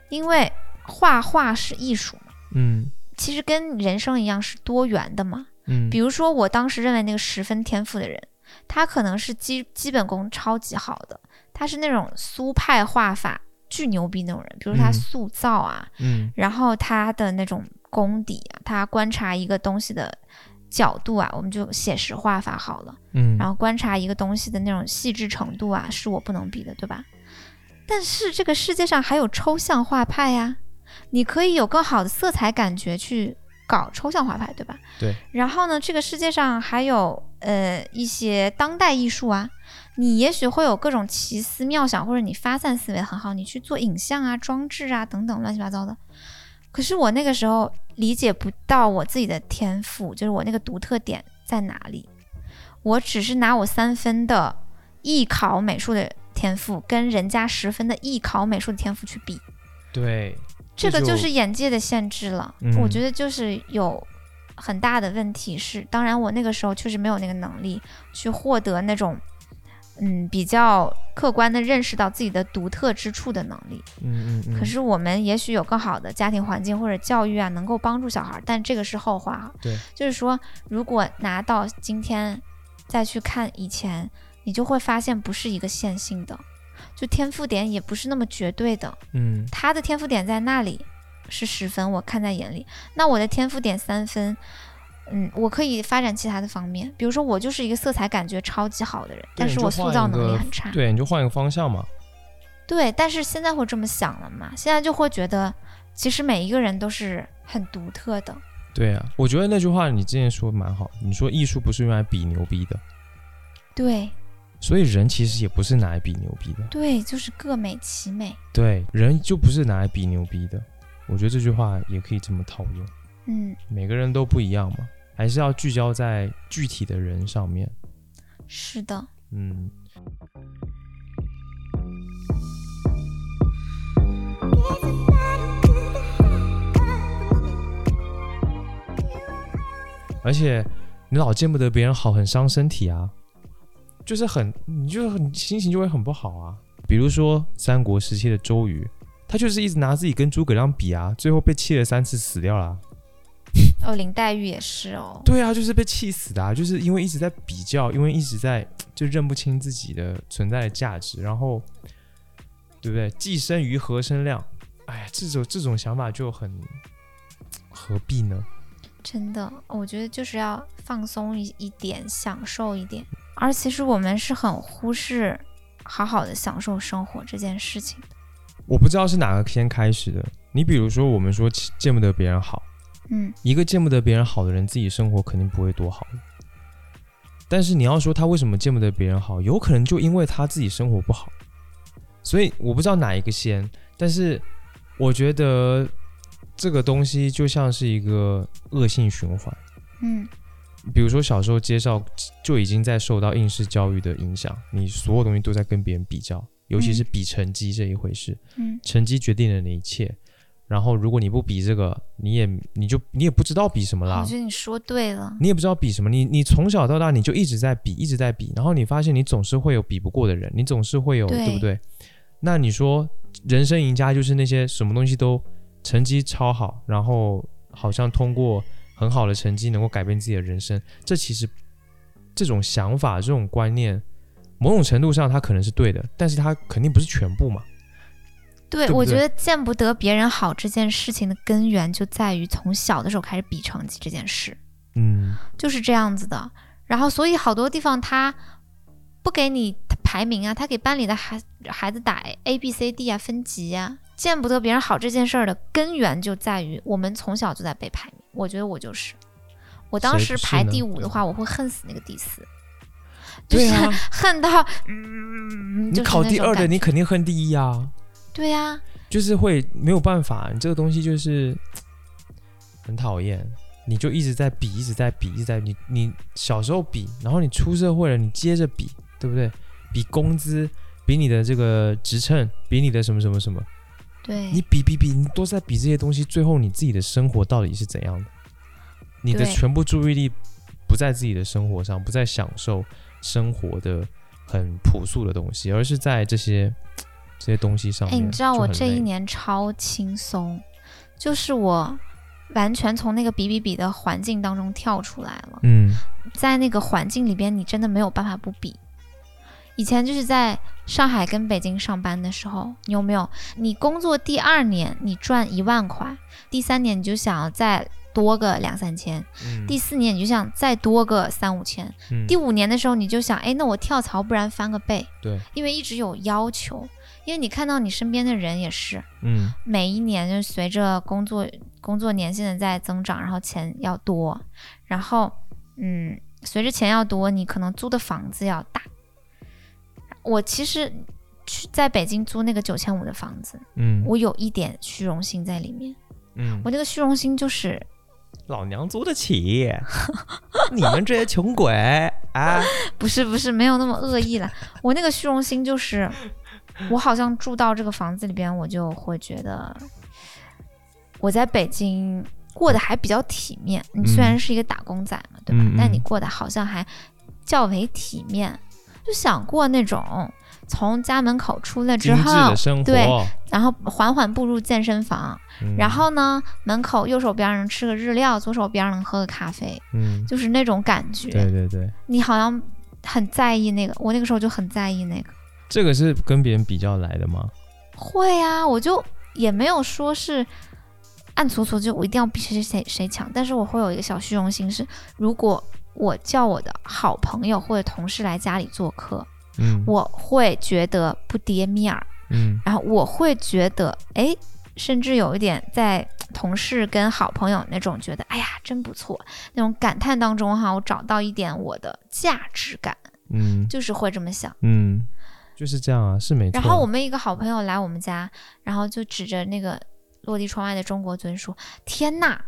Speaker 1: 因为画画是艺术嘛，
Speaker 2: 嗯
Speaker 1: 其实跟人生一样是多元的嘛。
Speaker 2: 嗯，
Speaker 1: 比如说，我当时认为那个十分天赋的人，他可能是基基本功超级好的，他是那种苏派画法巨牛逼那种人，比如他
Speaker 2: 嗯
Speaker 1: 塑造啊，
Speaker 2: 嗯
Speaker 1: 然后他的那种功底啊，他观察一个东西的角度啊，我们就写实画法好了。
Speaker 2: 嗯，
Speaker 1: 然后观察一个东西的那种细致程度啊，是我不能比的，对吧？但是这个世界上还有抽象画派呀、你可以有更好的色彩感觉去搞抽象画派，对吧？
Speaker 2: 对。
Speaker 1: 然后呢，这个世界上还有呃一些当代艺术啊，你也许会有各种奇思妙想，或者你发散思维很好，你去做影像啊、装置啊等等乱七八糟的。可是我那个时候理解不到我自己的天赋，就是我那个独特点在哪里。我只是拿我三分的艺考美术的天赋跟人家十分的艺考美术的天赋去比，
Speaker 2: 对，
Speaker 1: 这个
Speaker 2: 就
Speaker 1: 就是眼界的限制了。
Speaker 2: 嗯
Speaker 1: 我觉得就是有很大的问题是，当然我那个时候确实没有那个能力去获得那种嗯比较客观的认识到自己的独特之处的能力。
Speaker 2: 嗯嗯嗯，
Speaker 1: 可是我们也许有更好的家庭环境或者教育啊，能够帮助小孩儿，但这个是后话哈。
Speaker 2: 对，
Speaker 1: 就是说，如果拿到今天再去看以前，你就会发现不是一个线性的，就天赋点也不是那么绝对的。
Speaker 2: 嗯
Speaker 1: 他的天赋点在那里是十分，我看在眼里。那我的天赋点三分，嗯，我可以发展其他的方面，比如说我就是一个色彩感觉超级好的人，但
Speaker 2: 你
Speaker 1: 是
Speaker 2: 就
Speaker 1: 我
Speaker 2: 换
Speaker 1: 塑
Speaker 2: 一
Speaker 1: 造能力
Speaker 2: 个
Speaker 1: 很差。
Speaker 2: 对，你就换一个方向嘛。
Speaker 1: 对，但是现在会这么想了嘛？现在就会觉得，其实每一个人都是很独特的。
Speaker 2: 对啊，我觉得那句话你之前说得蛮好，你说艺术不是用来比牛逼的，
Speaker 1: 对
Speaker 2: 所以人其实也不是拿来比牛逼的，
Speaker 1: 对，就是各美其美。
Speaker 2: 对，人就不是拿来比牛逼的。我觉得这句话也可以这么套用，
Speaker 1: 嗯，
Speaker 2: 每个人都不一样嘛，还是要聚焦在具体的人上面。
Speaker 1: 是的。
Speaker 2: 嗯，而且你老见不得别人好，很伤身体啊，就是很，你就是很心情就会很不好啊。比如说三国时期的周瑜，他就是一直拿自己跟诸葛亮比啊，最后被气了三次死掉了啊、
Speaker 1: 哦，林黛玉也是哦。
Speaker 2: 对啊，就是被气死的、啊，就是因为一直在比较，因为一直在就认不清自己的存在的价值，然后对不对？寄生于何生亮？哎，这种这种想法就很何必呢？
Speaker 1: 真的，我觉得就是要放松一一点，享受一点。而其实我们是很忽视好好的享受生活这件事情的。
Speaker 2: 我不知道是哪个先开始的。你比如说，我们说见不得别人好，
Speaker 1: 嗯，
Speaker 2: 一个见不得别人好的人，自己生活肯定不会多好。但是你要说他为什么见不得别人好，有可能就因为他自己生活不好。所以我不知道哪一个先，但是我觉得这个东西就像是一个恶性循环。
Speaker 1: 嗯，
Speaker 2: 比如说小时候接受就已经在受到应试教育的影响，你所有东西都在跟别人比较，尤其是比成绩这一回事。
Speaker 1: 嗯，
Speaker 2: 成绩决定了你一切。然后如果你不比这个，你也你就你也不知道比什么啦
Speaker 1: 我觉。得你说对了。
Speaker 2: 你也不知道比什么，你你从小到大你就一直在比，一直在比，然后你发现你总是会有比不过的人，你总是会有
Speaker 1: 对
Speaker 2: 对不对？那你说人生赢家就是那些什么东西都成绩超好，然后好像通过很好的成绩能够改变自己的人生，这其实这种想法、这种观念，某种程度上它可能是对的，但是它肯定不是全部嘛。
Speaker 1: 对，
Speaker 2: 对不
Speaker 1: 我觉
Speaker 2: 对
Speaker 1: 得见不得别人好这件事情的根源就在于从小的时候开始比成绩这件事。
Speaker 2: 嗯，
Speaker 1: 就是这样子的。然后，所以好多地方他不给你排名啊，他给班里的孩孩子打 A B C D 啊，分级啊，见不得别人好这件事儿的根源就在于我们从小就在被排名。我觉得我就是，我当
Speaker 2: 谁
Speaker 1: 时
Speaker 2: 不是
Speaker 1: 排
Speaker 2: 呢
Speaker 1: 第五
Speaker 2: 对
Speaker 1: 的话，我会恨死那个第四，就
Speaker 2: 对
Speaker 1: 是、
Speaker 2: 啊，
Speaker 1: 恨到嗯，
Speaker 2: 你
Speaker 1: 就是
Speaker 2: 考
Speaker 1: 那
Speaker 2: 第
Speaker 1: 种
Speaker 2: 二的
Speaker 1: 感
Speaker 2: 你
Speaker 1: 觉
Speaker 2: 肯定恨第一啊。
Speaker 1: 对呀、
Speaker 2: 就是会没有办法，你这个东西就是很讨厌，你就一直在比，一直在比，一直在比你你小时候比，然后你出社会了，你接着比，对不对？比工资，比你的这个职称，比你的什么什么什么，
Speaker 1: 对，
Speaker 2: 你比比比，你都在比这些东西，最后你自己的生活到底是怎样的？你的
Speaker 1: 对
Speaker 2: 全部注意力不在自己的生活上，不在享受生活的很朴素的东西，而是在这些这些东西上
Speaker 1: 哎，
Speaker 2: 面。
Speaker 1: 你知道
Speaker 2: 就
Speaker 1: 我
Speaker 2: 很
Speaker 1: 这一
Speaker 2: 累
Speaker 1: 年超轻松，就是我完全从那个比比比的环境当中跳出来了。
Speaker 2: 嗯
Speaker 1: 在那个环境里边，你真的没有办法不比。以前就是在上海跟北京上班的时候，你有没有？你工作第二年你赚一万块，第三年你就想要再多个两三千，
Speaker 2: 嗯
Speaker 1: 第四年你就想再多个三五千，
Speaker 2: 嗯
Speaker 1: 第五年的时候你就想，哎，那我跳槽不然翻个倍，
Speaker 2: 对，
Speaker 1: 因为一直有要求，因为你看到你身边的人也是，
Speaker 2: 嗯
Speaker 1: 每一年就随着工作工作年限的在增长，然后钱要多，然后嗯，随着钱要多，你可能租的房子要大。我其实去在北京租那个九千五的房子，
Speaker 2: 嗯
Speaker 1: 我有一点虚荣心在里面。
Speaker 2: 嗯
Speaker 1: 我，这个虚荣心就是
Speaker 3: 老娘租得起，你们这些穷鬼啊！
Speaker 1: 不是不是没有那么恶意了，我那个虚荣心就是，我好像住到这个房子里边，我就会觉得我在北京过得还比较体面。你虽然是一个打工仔嘛， [LAUGHS] 对吧？
Speaker 2: 嗯嗯
Speaker 1: 但你过得好像还较为体面，就想过那种从家门口出来之
Speaker 2: 精致
Speaker 1: 后
Speaker 2: 的，生活，
Speaker 1: 对然后缓缓步入健身房，
Speaker 2: 嗯
Speaker 1: 然后呢，门口右手边儿能吃个日料，左手边儿能喝个咖啡，
Speaker 2: 嗯，
Speaker 1: 就是那种感觉。
Speaker 2: 对对对，
Speaker 1: 你好像很在意那个，我那个时候就很在意那个。
Speaker 2: 这个是跟别人比较来的吗？
Speaker 1: 会啊，我就也没有说是暗搓搓，就我一定要比谁谁谁强，但是我会有一个小虚荣心是，如果我叫我的好朋友或者同事来家里做客，
Speaker 2: 嗯，
Speaker 1: 我会觉得不跌面儿，
Speaker 2: 嗯
Speaker 1: 然后我会觉得，哎，甚至有一点在同事跟好朋友那种觉得，哎呀，真不错那种感叹当中哈，我找到一点我的价值感，
Speaker 2: 嗯
Speaker 1: 就是会这么想。
Speaker 2: 嗯，就是这样啊，是没错。
Speaker 1: 然后我们一个好朋友来我们家，然后就指着那个落地窗外的中国尊说：“天呐，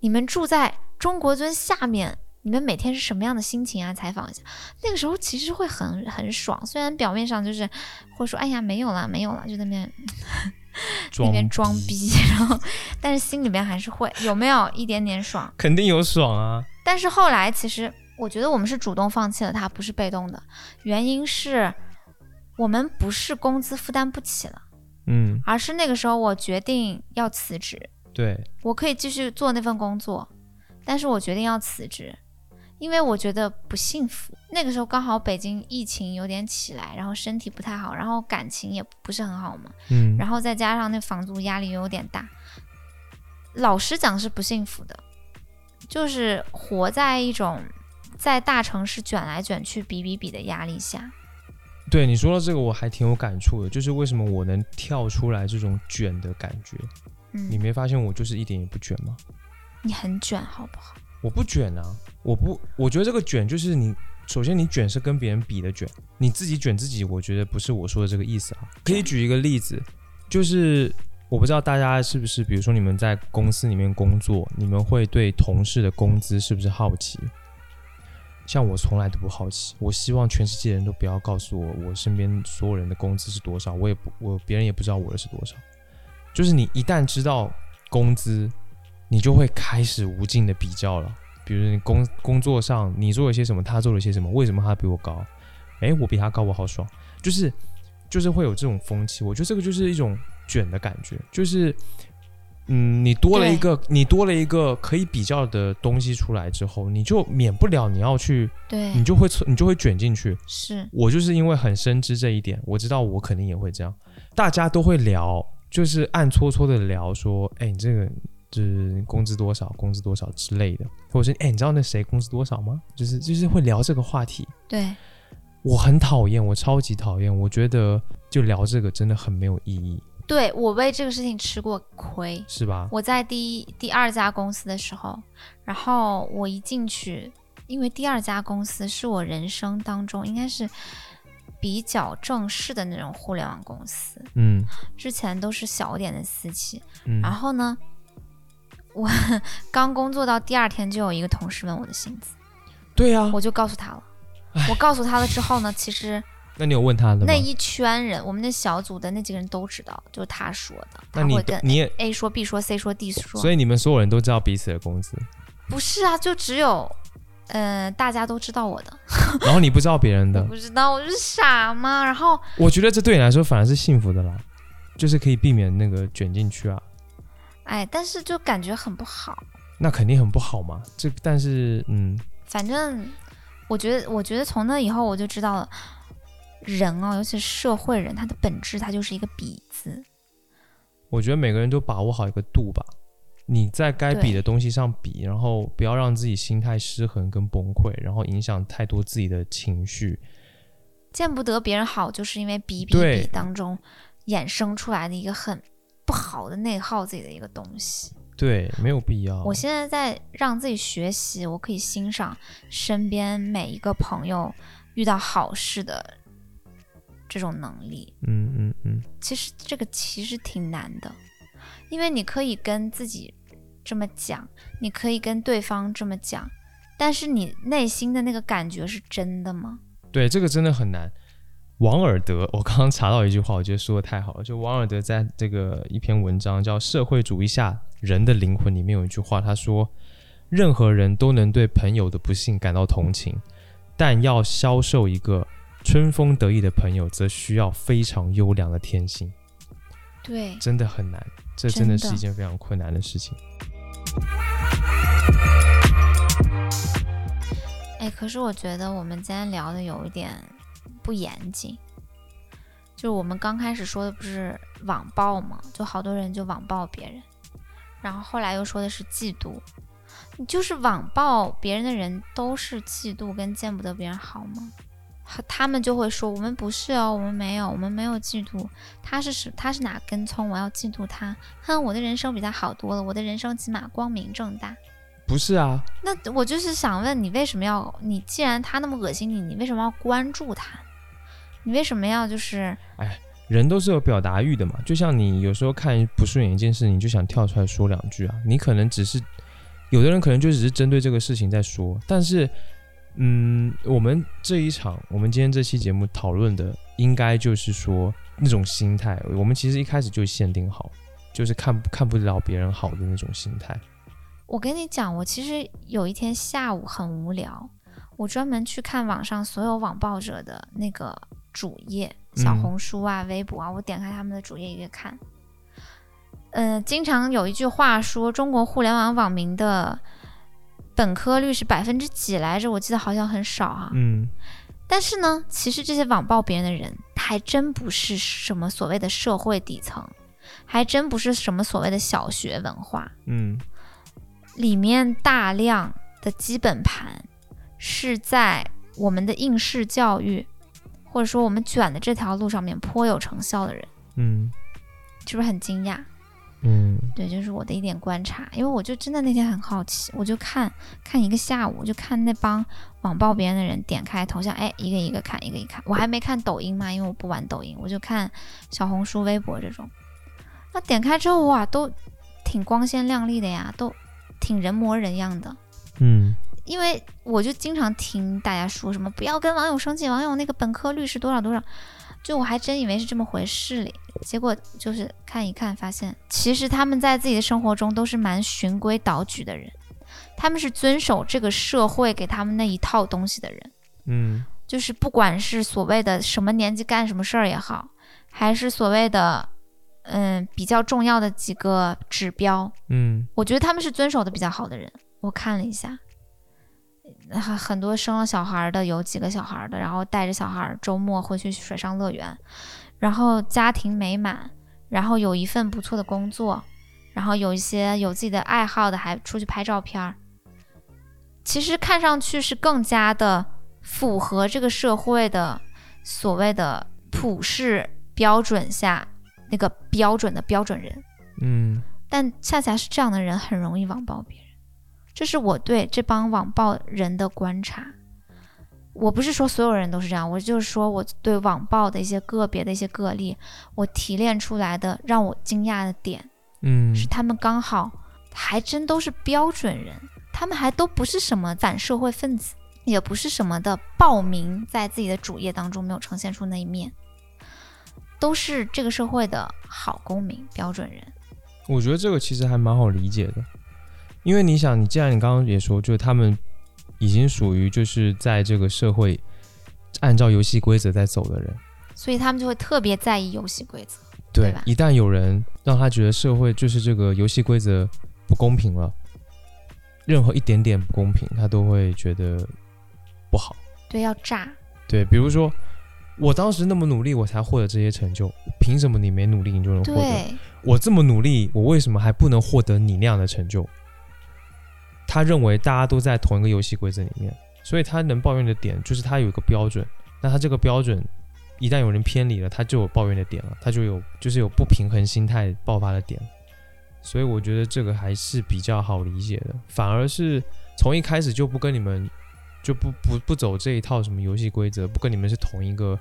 Speaker 1: 你们住在中国尊下面，你们每天是什么样的心情啊？”采访一下，那个时候其实会很很爽，虽然表面上就是会说：“哎呀，没有啦，没有啦”，就在那边那
Speaker 2: 装
Speaker 1: 边装逼， [LAUGHS] 然后但是心里面还是会有没有一点点爽。
Speaker 2: 肯定有爽啊，
Speaker 1: 但是后来其实我觉得我们是主动放弃了他，不是被动的，原因是我们不是工资负担不起了。
Speaker 2: 嗯，
Speaker 1: 而是那个时候我决定要辞职。
Speaker 2: 对，
Speaker 1: 我可以继续做那份工作，但是我决定要辞职，因为我觉得不幸福。那个时候刚好北京疫情有点起来，然后身体不太好，然后感情也不是很好嘛，
Speaker 2: 嗯，
Speaker 1: 然后再加上那房租压力又有点大，老实讲是不幸福的，就是活在一种在大城市卷来卷去、比比比的压力下。
Speaker 2: 对你说到这个，我还挺有感触的，就是为什么我能跳出来这种卷的感觉？你
Speaker 1: 嗯，
Speaker 2: 没发现我就是一点也不卷吗？
Speaker 1: 你很卷，好不好？
Speaker 2: 我不卷啊，我不，我觉得这个卷就是你，首先你卷是跟别人比的卷，你自己卷自己，我觉得不是我说的这个意思啊。可以举一个例子，就是我不知道大家是不是，比如说你们在公司里面工作，你们会对同事的工资是不是好奇？像我从来都不好奇，我希望全世界人都不要告诉我我身边所有人的工资是多少，我也不我别人也不知道我的是多少。就是你一旦知道工资，你就会开始无尽的比较了。比如你工工作上你做了些什么，他做了些什么，为什么他比我高？诶，我比他高，我好爽，就是就是会有这种风气。我觉得这个就是一种卷的感觉，就是嗯，你多了一个你多了一个可以比较的东西出来之后，你就免不了你要去，
Speaker 1: 对，
Speaker 2: 你就会你就会卷进去。
Speaker 1: 是
Speaker 2: 我就是因为很深知这一点，我知道我肯定也会这样。大家都会聊，就是暗搓搓的聊说，哎，你这个就是工资多少，工资多少之类的，或者是哎，你知道那谁工资多少吗？就是就是会聊这个话题。
Speaker 1: 对，
Speaker 2: 我很讨厌，我超级讨厌，我觉得就聊这个真的很没有意义，
Speaker 1: 对我为这个事情吃过亏。
Speaker 2: 是吧？
Speaker 1: 我在第一、第二家公司的时候，然后我一进去，因为第二家公司是我人生当中应该是比较正式的那种互联网公司，
Speaker 2: 嗯
Speaker 1: 之前都是小一点的私企。
Speaker 2: 嗯
Speaker 1: 然后呢，我 [LAUGHS] 刚工作到第二天就有一个同事问我的薪资，
Speaker 2: 对呀、啊，
Speaker 1: 我就告诉他了。我告诉他了之后呢，其实
Speaker 2: 那你有问他的吗
Speaker 1: 那？一圈人，我们那小组的那几个人都知道，就是他说的，他
Speaker 2: 那你
Speaker 1: 会跟
Speaker 2: 你也，
Speaker 1: A 说 B 说 C 说 D 说，
Speaker 2: 所以你们所有人都知道彼此的工资，
Speaker 1: 不是啊，就只有，呃，大家都知道我的，
Speaker 2: 然后你不知道别人
Speaker 1: 我
Speaker 2: 的，
Speaker 1: 不知道我是傻吗？然后
Speaker 2: 我觉得这对你来说反而是幸福的啦，就是可以避免那个卷进去啊。
Speaker 1: 哎，但是就感觉很不好。
Speaker 2: 那肯定很不好嘛。这但是嗯，
Speaker 1: 反正我觉得，我觉得从那以后我就知道了，人哦，尤其是社会人，他的本质他就是一个比字。
Speaker 2: 我觉得每个人都把握好一个度吧。你在该比的东西上比，然后不要让自己心态失衡跟崩溃，然后影响太多自己的情绪。
Speaker 1: 见不得别人好，就是因为比比
Speaker 2: 对
Speaker 1: 比当中衍生出来的一个很不好的内耗自己的一个东西。
Speaker 2: 对，没有必要。
Speaker 1: 我现在在让自己学习，我可以欣赏身边每一个朋友遇到好事的这种能力。
Speaker 2: 嗯嗯嗯，
Speaker 1: 其实这个其实挺难的，因为你可以跟自己这么讲，你可以跟对方这么讲，但是你内心的那个感觉是真的吗？
Speaker 2: 对，这个真的很难。王尔德，我刚刚查到一句话，我觉得说的太好了。就王尔德在这个一篇文章叫《社会主义下人的灵魂》里面有一句话，他说：“任何人都能对朋友的不幸感到同情，但要销售一个春风得意的朋友，则需要非常优良的天性。”
Speaker 1: 对，
Speaker 2: 真的很难，这真
Speaker 1: 真
Speaker 2: 的是
Speaker 1: 的
Speaker 2: 一件非常困难的事情。
Speaker 1: 哎，可是我觉得我们今天聊的有一点不严谨，就是我们刚开始说的不是网暴嘛，就好多人就网暴别人，然后后来又说的是嫉妒，你就是网暴别人的人都是嫉妒跟见不得别人好吗？好他们就会说我们不是哦，我们没有，我们没有嫉妒，他是什他是哪根葱，我要嫉妒他，哼，我的人生比他好多了，我的人生起码光明正大。
Speaker 2: 不是啊，
Speaker 1: 那我就是想问你，为什么要你？既然他那么恶心你，你为什么要关注他？你为什么要就是
Speaker 2: 人都是有表达欲的嘛，就像你有时候看不顺眼一件事，你就想跳出来说两句啊。你可能只是有的人可能就只是针对这个事情在说，但是，嗯，我们这一场，我们今天这期节目讨论的，应该就是说那种心态，我们其实一开始就限定好，就是看看不了别人好的那种心态。
Speaker 1: 我跟你讲，我其实有一天下午很无聊，我专门去看网上所有网暴者的那个主页，
Speaker 2: 嗯
Speaker 1: 小红书啊、微博啊，我点开他们的主页一个看。嗯、经常有一句话说，中国互联网网民的本科率是百分之几来着？我记得好像很少啊。
Speaker 2: 嗯，
Speaker 1: 但是呢，其实这些网暴别人的人，他还真不是什么所谓的社会底层，还真不是什么所谓的小学文化，
Speaker 2: 嗯，
Speaker 1: 里面大量的基本盘是在我们的应试教育，或者说我们卷的这条路上面颇有成效的人，
Speaker 2: 嗯，
Speaker 1: 是不是很惊讶？
Speaker 2: 嗯，
Speaker 1: 对，就是我的一点观察，因为我就真的那天很好奇，我就看看一个下午，我就看那帮网暴别人的人点开头像，哎，一个一个看，一个一个看。我还没看抖音嘛，因为我不玩抖音，我就看小红书、微博这种。那点开之后哇，都挺光鲜亮丽的呀，都挺人模人样的。
Speaker 2: 嗯，
Speaker 1: 因为我就经常听大家说什么不要跟网友生气，网友那个本科率是多少多少，就我还真以为是这么回事嘞。结果就是看一看，发现其实他们在自己的生活中都是蛮循规蹈矩的人，他们是遵守这个社会给他们那一套东西的人，
Speaker 2: 嗯，
Speaker 1: 就是不管是所谓的什么年纪干什么事儿也好，还是所谓的嗯比较重要的几个指标，
Speaker 2: 嗯，
Speaker 1: 我觉得他们是遵守的比较好的人。我看了一下，呃很很多生了小孩儿的，有几个小孩儿的，然后带着小孩儿周末会去水上乐园，然后家庭美满，然后有一份不错的工作，然后有一些有自己的爱好的，还出去拍照片儿。其实看上去是更加的符合这个社会的所谓的普世标准下那个标准的标准人。
Speaker 2: 嗯，
Speaker 1: 但恰恰是这样的人很容易网暴别人，这是我对这帮网暴人的观察。我不是说所有人都是这样，我就是说我对网暴的一些个别的一些个例，我提炼出来的让我惊讶的点
Speaker 2: 嗯，
Speaker 1: 是，他们刚好还真都是标准人，他们还都不是什么反社会分子，也不是什么的暴民，在自己的主页当中没有呈现出那一面，都是这个社会的好公民、标准人。
Speaker 2: 我觉得这个其实还蛮好理解的，因为你想，你既然你刚刚也说，就是他们已经属于就是在这个社会按照游戏规则在走的人，
Speaker 1: 所以他们就会特别在意游戏规则。对
Speaker 2: 对
Speaker 1: 吧，
Speaker 2: 一旦有人让他觉得社会就是这个游戏规则不公平了，任何一点点不公平，他都会觉得不好。
Speaker 1: 对，要炸，
Speaker 2: 对，比如说我当时那么努力，我才获得这些成就，凭什么你没努力你就能获得？
Speaker 1: 对，
Speaker 2: 我这么努力，我为什么还不能获得你那样的成就？他认为大家都在同一个游戏规则里面，所以他能抱怨的点就是他有一个标准，那他这个标准一旦有人偏离了，他就有抱怨的点了，他就有就是有不平衡心态爆发的点，所以我觉得这个还是比较好理解的，反而是从一开始就不跟你们就不不不走这一套什么游戏规则，不跟你们是同一个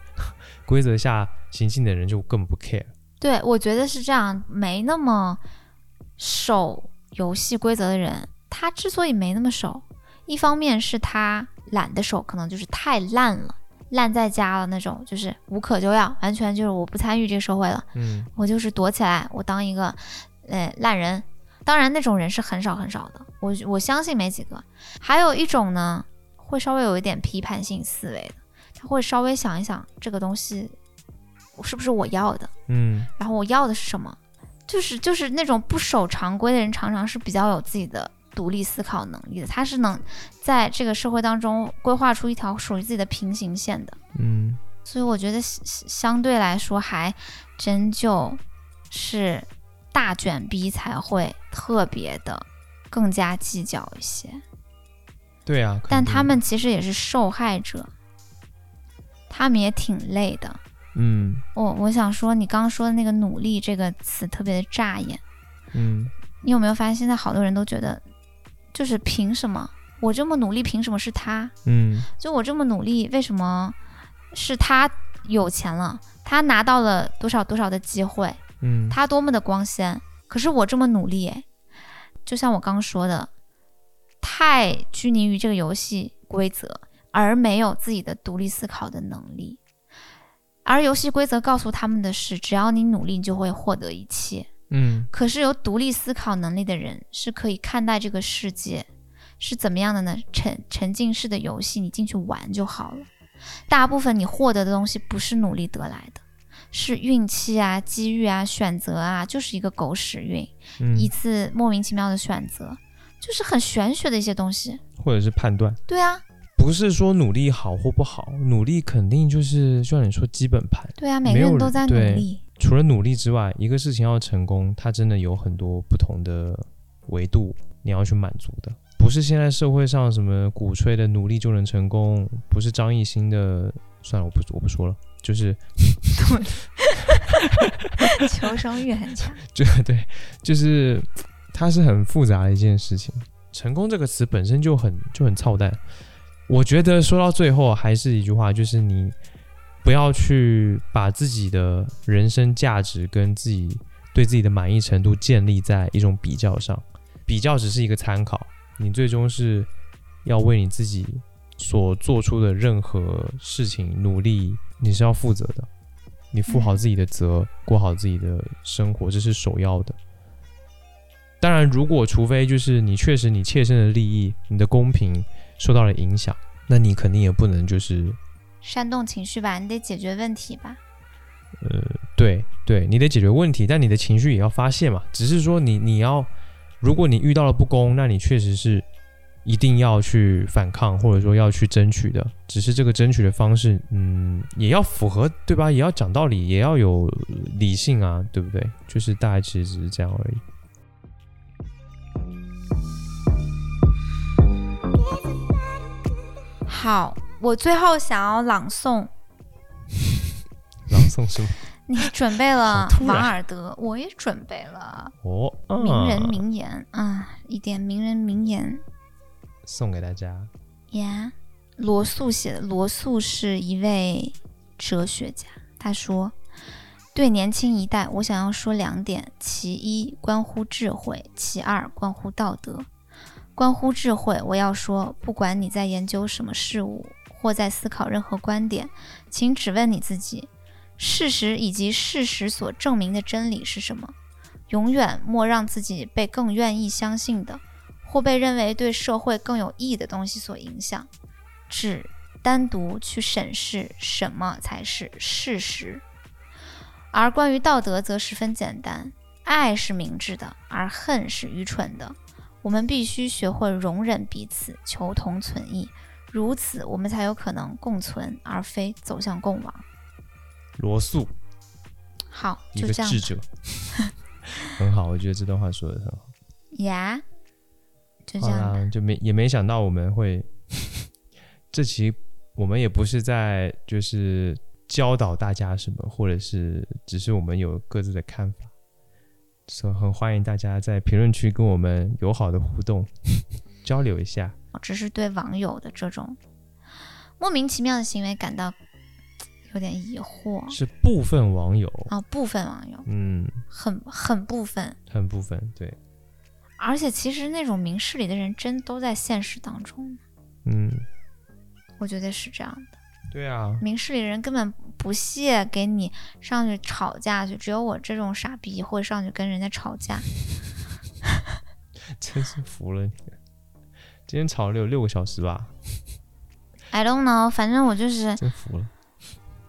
Speaker 2: 规则下行进的人就更不 care。
Speaker 1: 对，我觉得是这样，没那么守游戏规则的人，他之所以没那么守，一方面是他懒得守，可能就是太烂了，烂在家了那种，就是无可救药，完全就是我不参与这个社会了，
Speaker 2: 嗯，
Speaker 1: 我就是躲起来，我当一个呃烂人。当然，那种人是很少很少的，我我相信没几个。还有一种呢，会稍微有一点批判性思维的，他会稍微想一想这个东西是不是我要的，
Speaker 2: 嗯
Speaker 1: 然后我要的是什么？就是就是那种不守常规的人，常常是比较有自己的独立思考能力的，他是能在这个社会当中规划出一条属于自己的平行线的。
Speaker 2: 嗯，
Speaker 1: 所以我觉得相相对来说，还真就是大卷逼才会特别的更加计较一些。
Speaker 2: 对啊，
Speaker 1: 但
Speaker 2: 肯定
Speaker 1: 他们其实也是受害者，他们也挺累的。
Speaker 2: 嗯
Speaker 1: 我我想说，你刚刚说的那个“努力”这个词特别的扎眼。
Speaker 2: 嗯
Speaker 1: 你有没有发现，现在好多人都觉得，就是凭什么我这么努力，凭什么是他？
Speaker 2: 嗯
Speaker 1: 就我这么努力，为什么是他有钱了，他拿到了多少多少的机会，
Speaker 2: 嗯，
Speaker 1: 他多么的光鲜，可是我这么努力，哎，就像我刚说的，太拘泥于这个游戏规则，而没有自己的独立思考的能力。而游戏规则告诉他们的是，只要你努力，你就会获得一切。
Speaker 2: 嗯
Speaker 1: 可是有独立思考能力的人是可以看待这个世界是怎么样的呢？沉沉浸式的游戏，你进去玩就好了。大部分你获得的东西不是努力得来的，是运气啊、机遇啊、选择啊，就是一个狗屎运，
Speaker 2: 嗯
Speaker 1: 一次莫名其妙的选择，就是很玄学的一些东西。
Speaker 2: 或者是判断，
Speaker 1: 对啊，
Speaker 2: 不是说努力好或不好，努力肯定就是就像你说基本盘。
Speaker 1: 对啊，每个
Speaker 2: 没有
Speaker 1: 人
Speaker 2: 人
Speaker 1: 都在努
Speaker 2: 对
Speaker 1: 力。
Speaker 2: 除了努力之外，一个事情要成功，它真的有很多不同的维度你要去满足的，不是现在社会上什么鼓吹的努力就能成功，不是张艺兴的，算了，我不我不说了，就是
Speaker 1: [LAUGHS] 求生欲很强。
Speaker 2: [LAUGHS] 就对，就是它是很复杂的一件事情。成功这个词本身就很就很操蛋。我觉得说到最后还是一句话，就是你不要去把自己的人生价值跟自己对自己的满意程度建立在一种比较上，比较只是一个参考，你最终是要为你自己所做出的任何事情努力，你是要负责的。你负好自己的责，过好自己的生活，这是首要的。当然，如果除非就是你确实你切身的利益、你的公平受到了影响，那你肯定也不能就是
Speaker 1: 煽动情绪吧，你得解决问题吧。
Speaker 2: 呃，对对，你得解决问题，但你的情绪也要发泄嘛。只是说你你要，如果你遇到了不公，那你确实是一定要去反抗，或者说要去争取的。只是这个争取的方式，嗯，也要符合对吧？也要讲道理，也要有理性啊，对不对？就是大概其实只是这样而已。
Speaker 1: 好，我最后想要朗诵
Speaker 2: 朗诵是吗？
Speaker 1: 你准备了
Speaker 2: 好突
Speaker 1: 王
Speaker 2: 然
Speaker 1: 尔德，我也准备了
Speaker 2: 哦，啊
Speaker 1: 名人名言啊、一点名人名言
Speaker 2: 送给大家。
Speaker 1: 呀。罗素写的，罗素是一位哲学家，他说：“对年轻一代，我想要说两点：其一，关乎智慧；其二，关乎道德。关乎智慧，我要说，不管你在研究什么事物，或在思考任何观点，请只问你自己：事实以及事实所证明的真理是什么？永远莫让自己被更愿意相信的，或被认为对社会更有益的东西所影响。只单独去审视什么才是事实。而关于道德则十分简单，爱是明智的，而恨是愚蠢的。我们必须学会容忍彼此，求同存异，如此我们才有可能共存，而非走向共亡。
Speaker 2: 罗素
Speaker 1: 好，
Speaker 2: 一
Speaker 1: 就
Speaker 2: 个
Speaker 1: 这样
Speaker 2: 智者， [LAUGHS] 很好，我觉得这段话说的很好。
Speaker 1: 呀，就这
Speaker 2: 好
Speaker 1: 样吧。
Speaker 2: 啦，就没也没想到我们会 [LAUGHS] 这期我们也不是在就是教导大家什么，或者是只是我们有各自的看法，所以很欢迎大家在评论区跟我们友好的互动 [LAUGHS] 交流一下。
Speaker 1: 只是对网友的这种莫名其妙的行为感到有点疑惑
Speaker 2: 是部分网友，
Speaker 1: 啊、部分网友
Speaker 2: 嗯，
Speaker 1: 很很部分，
Speaker 2: 很部分对，
Speaker 1: 而且其实那种明事理的人真都在现实当中，
Speaker 2: 嗯，
Speaker 1: 我觉得是这样的。
Speaker 2: 对啊，
Speaker 1: 明事理的人根本不屑给你上去吵架去，只有我这种傻逼会上去跟人家吵架。
Speaker 2: 真是服了你了。今天吵了有六个小时吧，
Speaker 1: I don't know，反正我就是
Speaker 2: 真服了。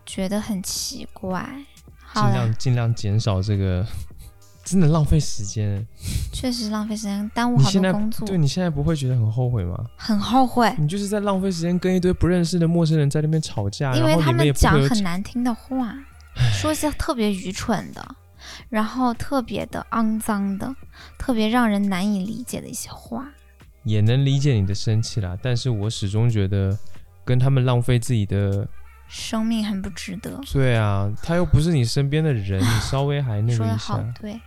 Speaker 1: 觉得很奇怪。
Speaker 2: 尽
Speaker 1: 好了
Speaker 2: 量，尽量减少这个， [LAUGHS] 真的浪费时间。
Speaker 1: 确实浪费时间，耽误
Speaker 2: 你
Speaker 1: 好
Speaker 2: 现
Speaker 1: 多
Speaker 2: 在
Speaker 1: 工作哎
Speaker 2: 对，你现在不会觉得很后悔吗？
Speaker 1: 很后悔。
Speaker 2: 你就是在浪费时间跟一堆不认识的陌生人在那边吵架，
Speaker 1: 因为
Speaker 2: 啊然后
Speaker 1: 他
Speaker 2: 你们
Speaker 1: 们
Speaker 2: 也不会
Speaker 1: 讲
Speaker 2: 有
Speaker 1: 很难听的话，说一些特别愚蠢的，然后特别的肮脏的，特别让人难以理解的一些话。
Speaker 2: 也能理解你的生气啦。但是我始终觉得跟他们浪费自己
Speaker 1: 嗯
Speaker 2: 的，
Speaker 1: 生命很不值得，
Speaker 2: 对啊，他又不是你身边的人，你稍微还那
Speaker 1: 说
Speaker 2: 个
Speaker 1: 的
Speaker 2: 一
Speaker 1: 好
Speaker 2: 下。
Speaker 1: 对，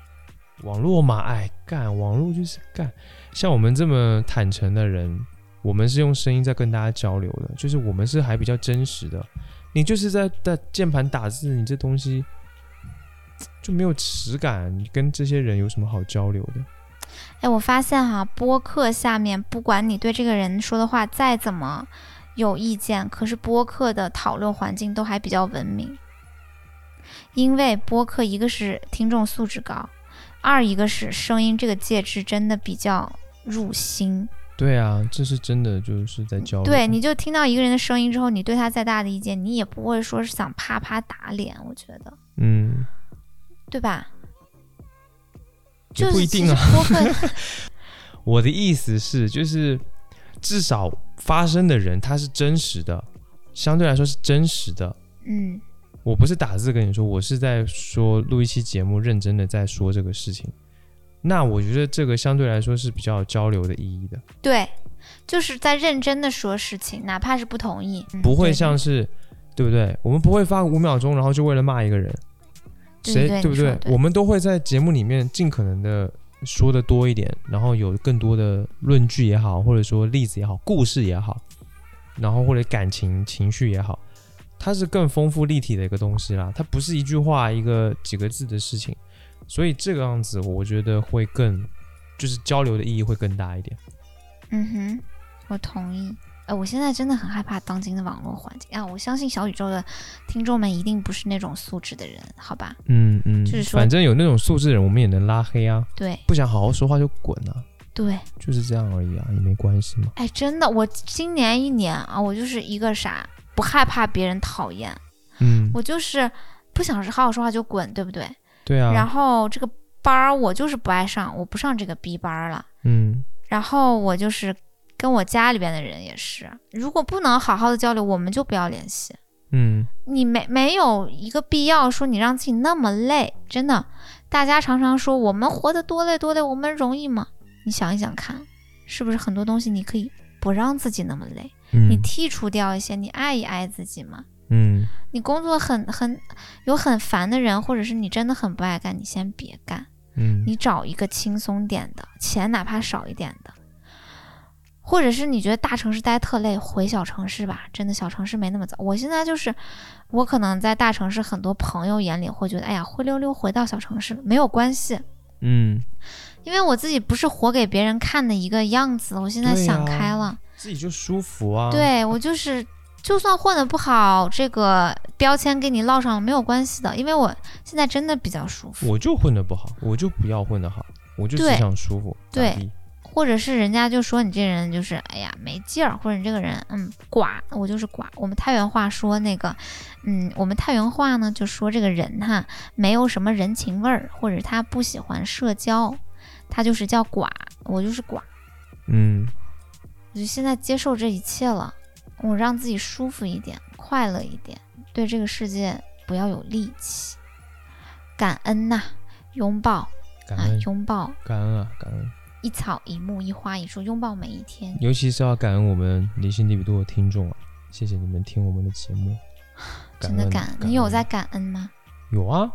Speaker 2: 网络嘛，哎，干网络就是干。像我们这么坦诚的人，我们是用声音在跟大家交流的，就是我们是还比较真实的。你就是在在键盘打字，你这东西就没有实感，你跟这些人有什么好交流的？
Speaker 1: 哎，我发现哈、播客下面不管你对这个人说的话再怎么有意见，可是播客的讨论环境都还比较文明，因为播客一个是听众素质高，二一个是声音这个介质真的比较入心。
Speaker 2: 对啊，这是真的，就是在交流。
Speaker 1: 对，你就听到一个人的声音之后，你对他再大的意见，你也不会说是想啪啪打脸，我觉得，
Speaker 2: 嗯，
Speaker 1: 对吧？
Speaker 2: 也
Speaker 1: 就是
Speaker 2: 不一
Speaker 1: 其
Speaker 2: 定
Speaker 1: 实
Speaker 2: 啊。
Speaker 1: 播
Speaker 2: [LAUGHS]
Speaker 1: 客
Speaker 2: 我的意思是，就是至少发声的人他是真实的，相对来说是真实的。
Speaker 1: 嗯，
Speaker 2: 我不是打字跟你说，我是在说录一期节目，认真的在说这个事情。那我觉得这个相对来说是比较有交流的意义的，
Speaker 1: 对，就是在认真的说事情，哪怕是不同意，嗯
Speaker 2: 不会
Speaker 1: 对
Speaker 2: 像是，对不对？我们不会发五秒钟，然后就为了骂一个人，
Speaker 1: 对
Speaker 2: 谁
Speaker 1: 对
Speaker 2: 不
Speaker 1: 你说
Speaker 2: 对
Speaker 1: 得？对
Speaker 2: 我们都会在节目里面尽可能的说的多一点，然后有更多的论据也好，或者说例子也好，故事也好，然后或者感情情绪也好，它是更丰富立体的一个东西啦，它不是一句话一个几个字的事情，所以这个样子我觉得会更就是交流的意义会更大一点。
Speaker 1: 嗯哼，我同意。哎，我现在真的很害怕当今的网络环境啊！我相信小宇宙的听众们一定不是那种素质的人，好吧？
Speaker 2: 嗯嗯，
Speaker 1: 就是说
Speaker 2: 反正有那种素质的人，我们也能拉黑啊，
Speaker 1: 对
Speaker 2: 不想好好说话就滚啊，
Speaker 1: 对，
Speaker 2: 就是这样而已啊，也没关系嘛。
Speaker 1: 哎，真的，我今年一年啊，我就是一个啥，不害怕别人讨厌，
Speaker 2: 嗯，
Speaker 1: 我就是不想好好说话就滚，对不对？
Speaker 2: 对啊，
Speaker 1: 然后这个班儿我就是不爱上，我不上这个逼班儿了。
Speaker 2: 嗯。
Speaker 1: 然后我就是跟我家里边的人也是，如果不能好好的交流，我们就不要联系。
Speaker 2: 嗯，
Speaker 1: 你没没有一个必要说你让自己那么累，真的。大家常常说我们活得多累多累，我们容易吗？你想一想看，是不是很多东西你可以不让自己那么累，你
Speaker 2: 嗯
Speaker 1: 剔除掉一些，你爱一爱自己嘛。
Speaker 2: 嗯，
Speaker 1: 你工作很很有很烦的人，或者是你真的很不爱干，你先别干，
Speaker 2: 嗯，
Speaker 1: 你找一个轻松点的，钱哪怕少一点的，或者是你觉得大城市待特累，回小城市吧。真的，小城市没那么糟。我现在就是，我可能在大城市很多朋友眼里会觉得，哎呀，灰溜溜回到小城市了，没有关系，
Speaker 2: 嗯，
Speaker 1: 因为我自己不是活给别人看的一个样子。我现在
Speaker 2: 对
Speaker 1: 想
Speaker 2: 呀
Speaker 1: 开了。
Speaker 2: 自己就舒服啊。，
Speaker 1: 对我就是，就算混得不好，这个标签给你烙上了没有关系的，因为我现在真的比较舒服。
Speaker 2: 我就混的不好，我就不要混的好，我就只
Speaker 1: 对
Speaker 2: 想舒服。
Speaker 1: 对
Speaker 2: 咋地，
Speaker 1: 或者是人家就说你这人就是哎呀没劲儿，或者你这个人嗯寡，我就是寡。我们太原话说那个，嗯，我们太原话呢就说这个人哈没有什么人情味儿，或者他不喜欢社交，他就是叫寡，我就是寡。
Speaker 2: 嗯，
Speaker 1: 我就现在接受这一切了，我让自己舒服一点，快乐一点，对这个世界不要有戾气，感恩呐、拥抱
Speaker 2: 感
Speaker 1: 啊
Speaker 2: 恩，，
Speaker 1: 拥抱
Speaker 2: 感恩啊，感恩，
Speaker 1: 一草一木一花一树，拥抱每一天。
Speaker 2: 尤其是要感恩我们离心力比多的听众啊，谢谢你们听我们的节
Speaker 1: [LAUGHS]
Speaker 2: 目，
Speaker 1: 真的感
Speaker 2: 恩
Speaker 1: 恩，，你有在感恩吗？
Speaker 2: 有啊，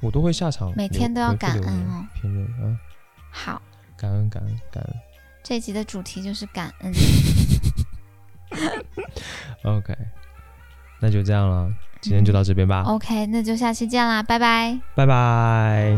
Speaker 2: 我都会下场留，
Speaker 1: 每天都要
Speaker 2: 回复
Speaker 1: 感
Speaker 2: 留
Speaker 1: 恩
Speaker 2: 言
Speaker 1: 哦，
Speaker 2: 评论啊，
Speaker 1: 好，
Speaker 2: 感恩感恩感恩
Speaker 1: 这一集的主题就是感恩。
Speaker 2: ，OK，那就这样了，今天就到这边吧，
Speaker 1: OK，那就下期见啦，拜拜。
Speaker 2: 拜拜。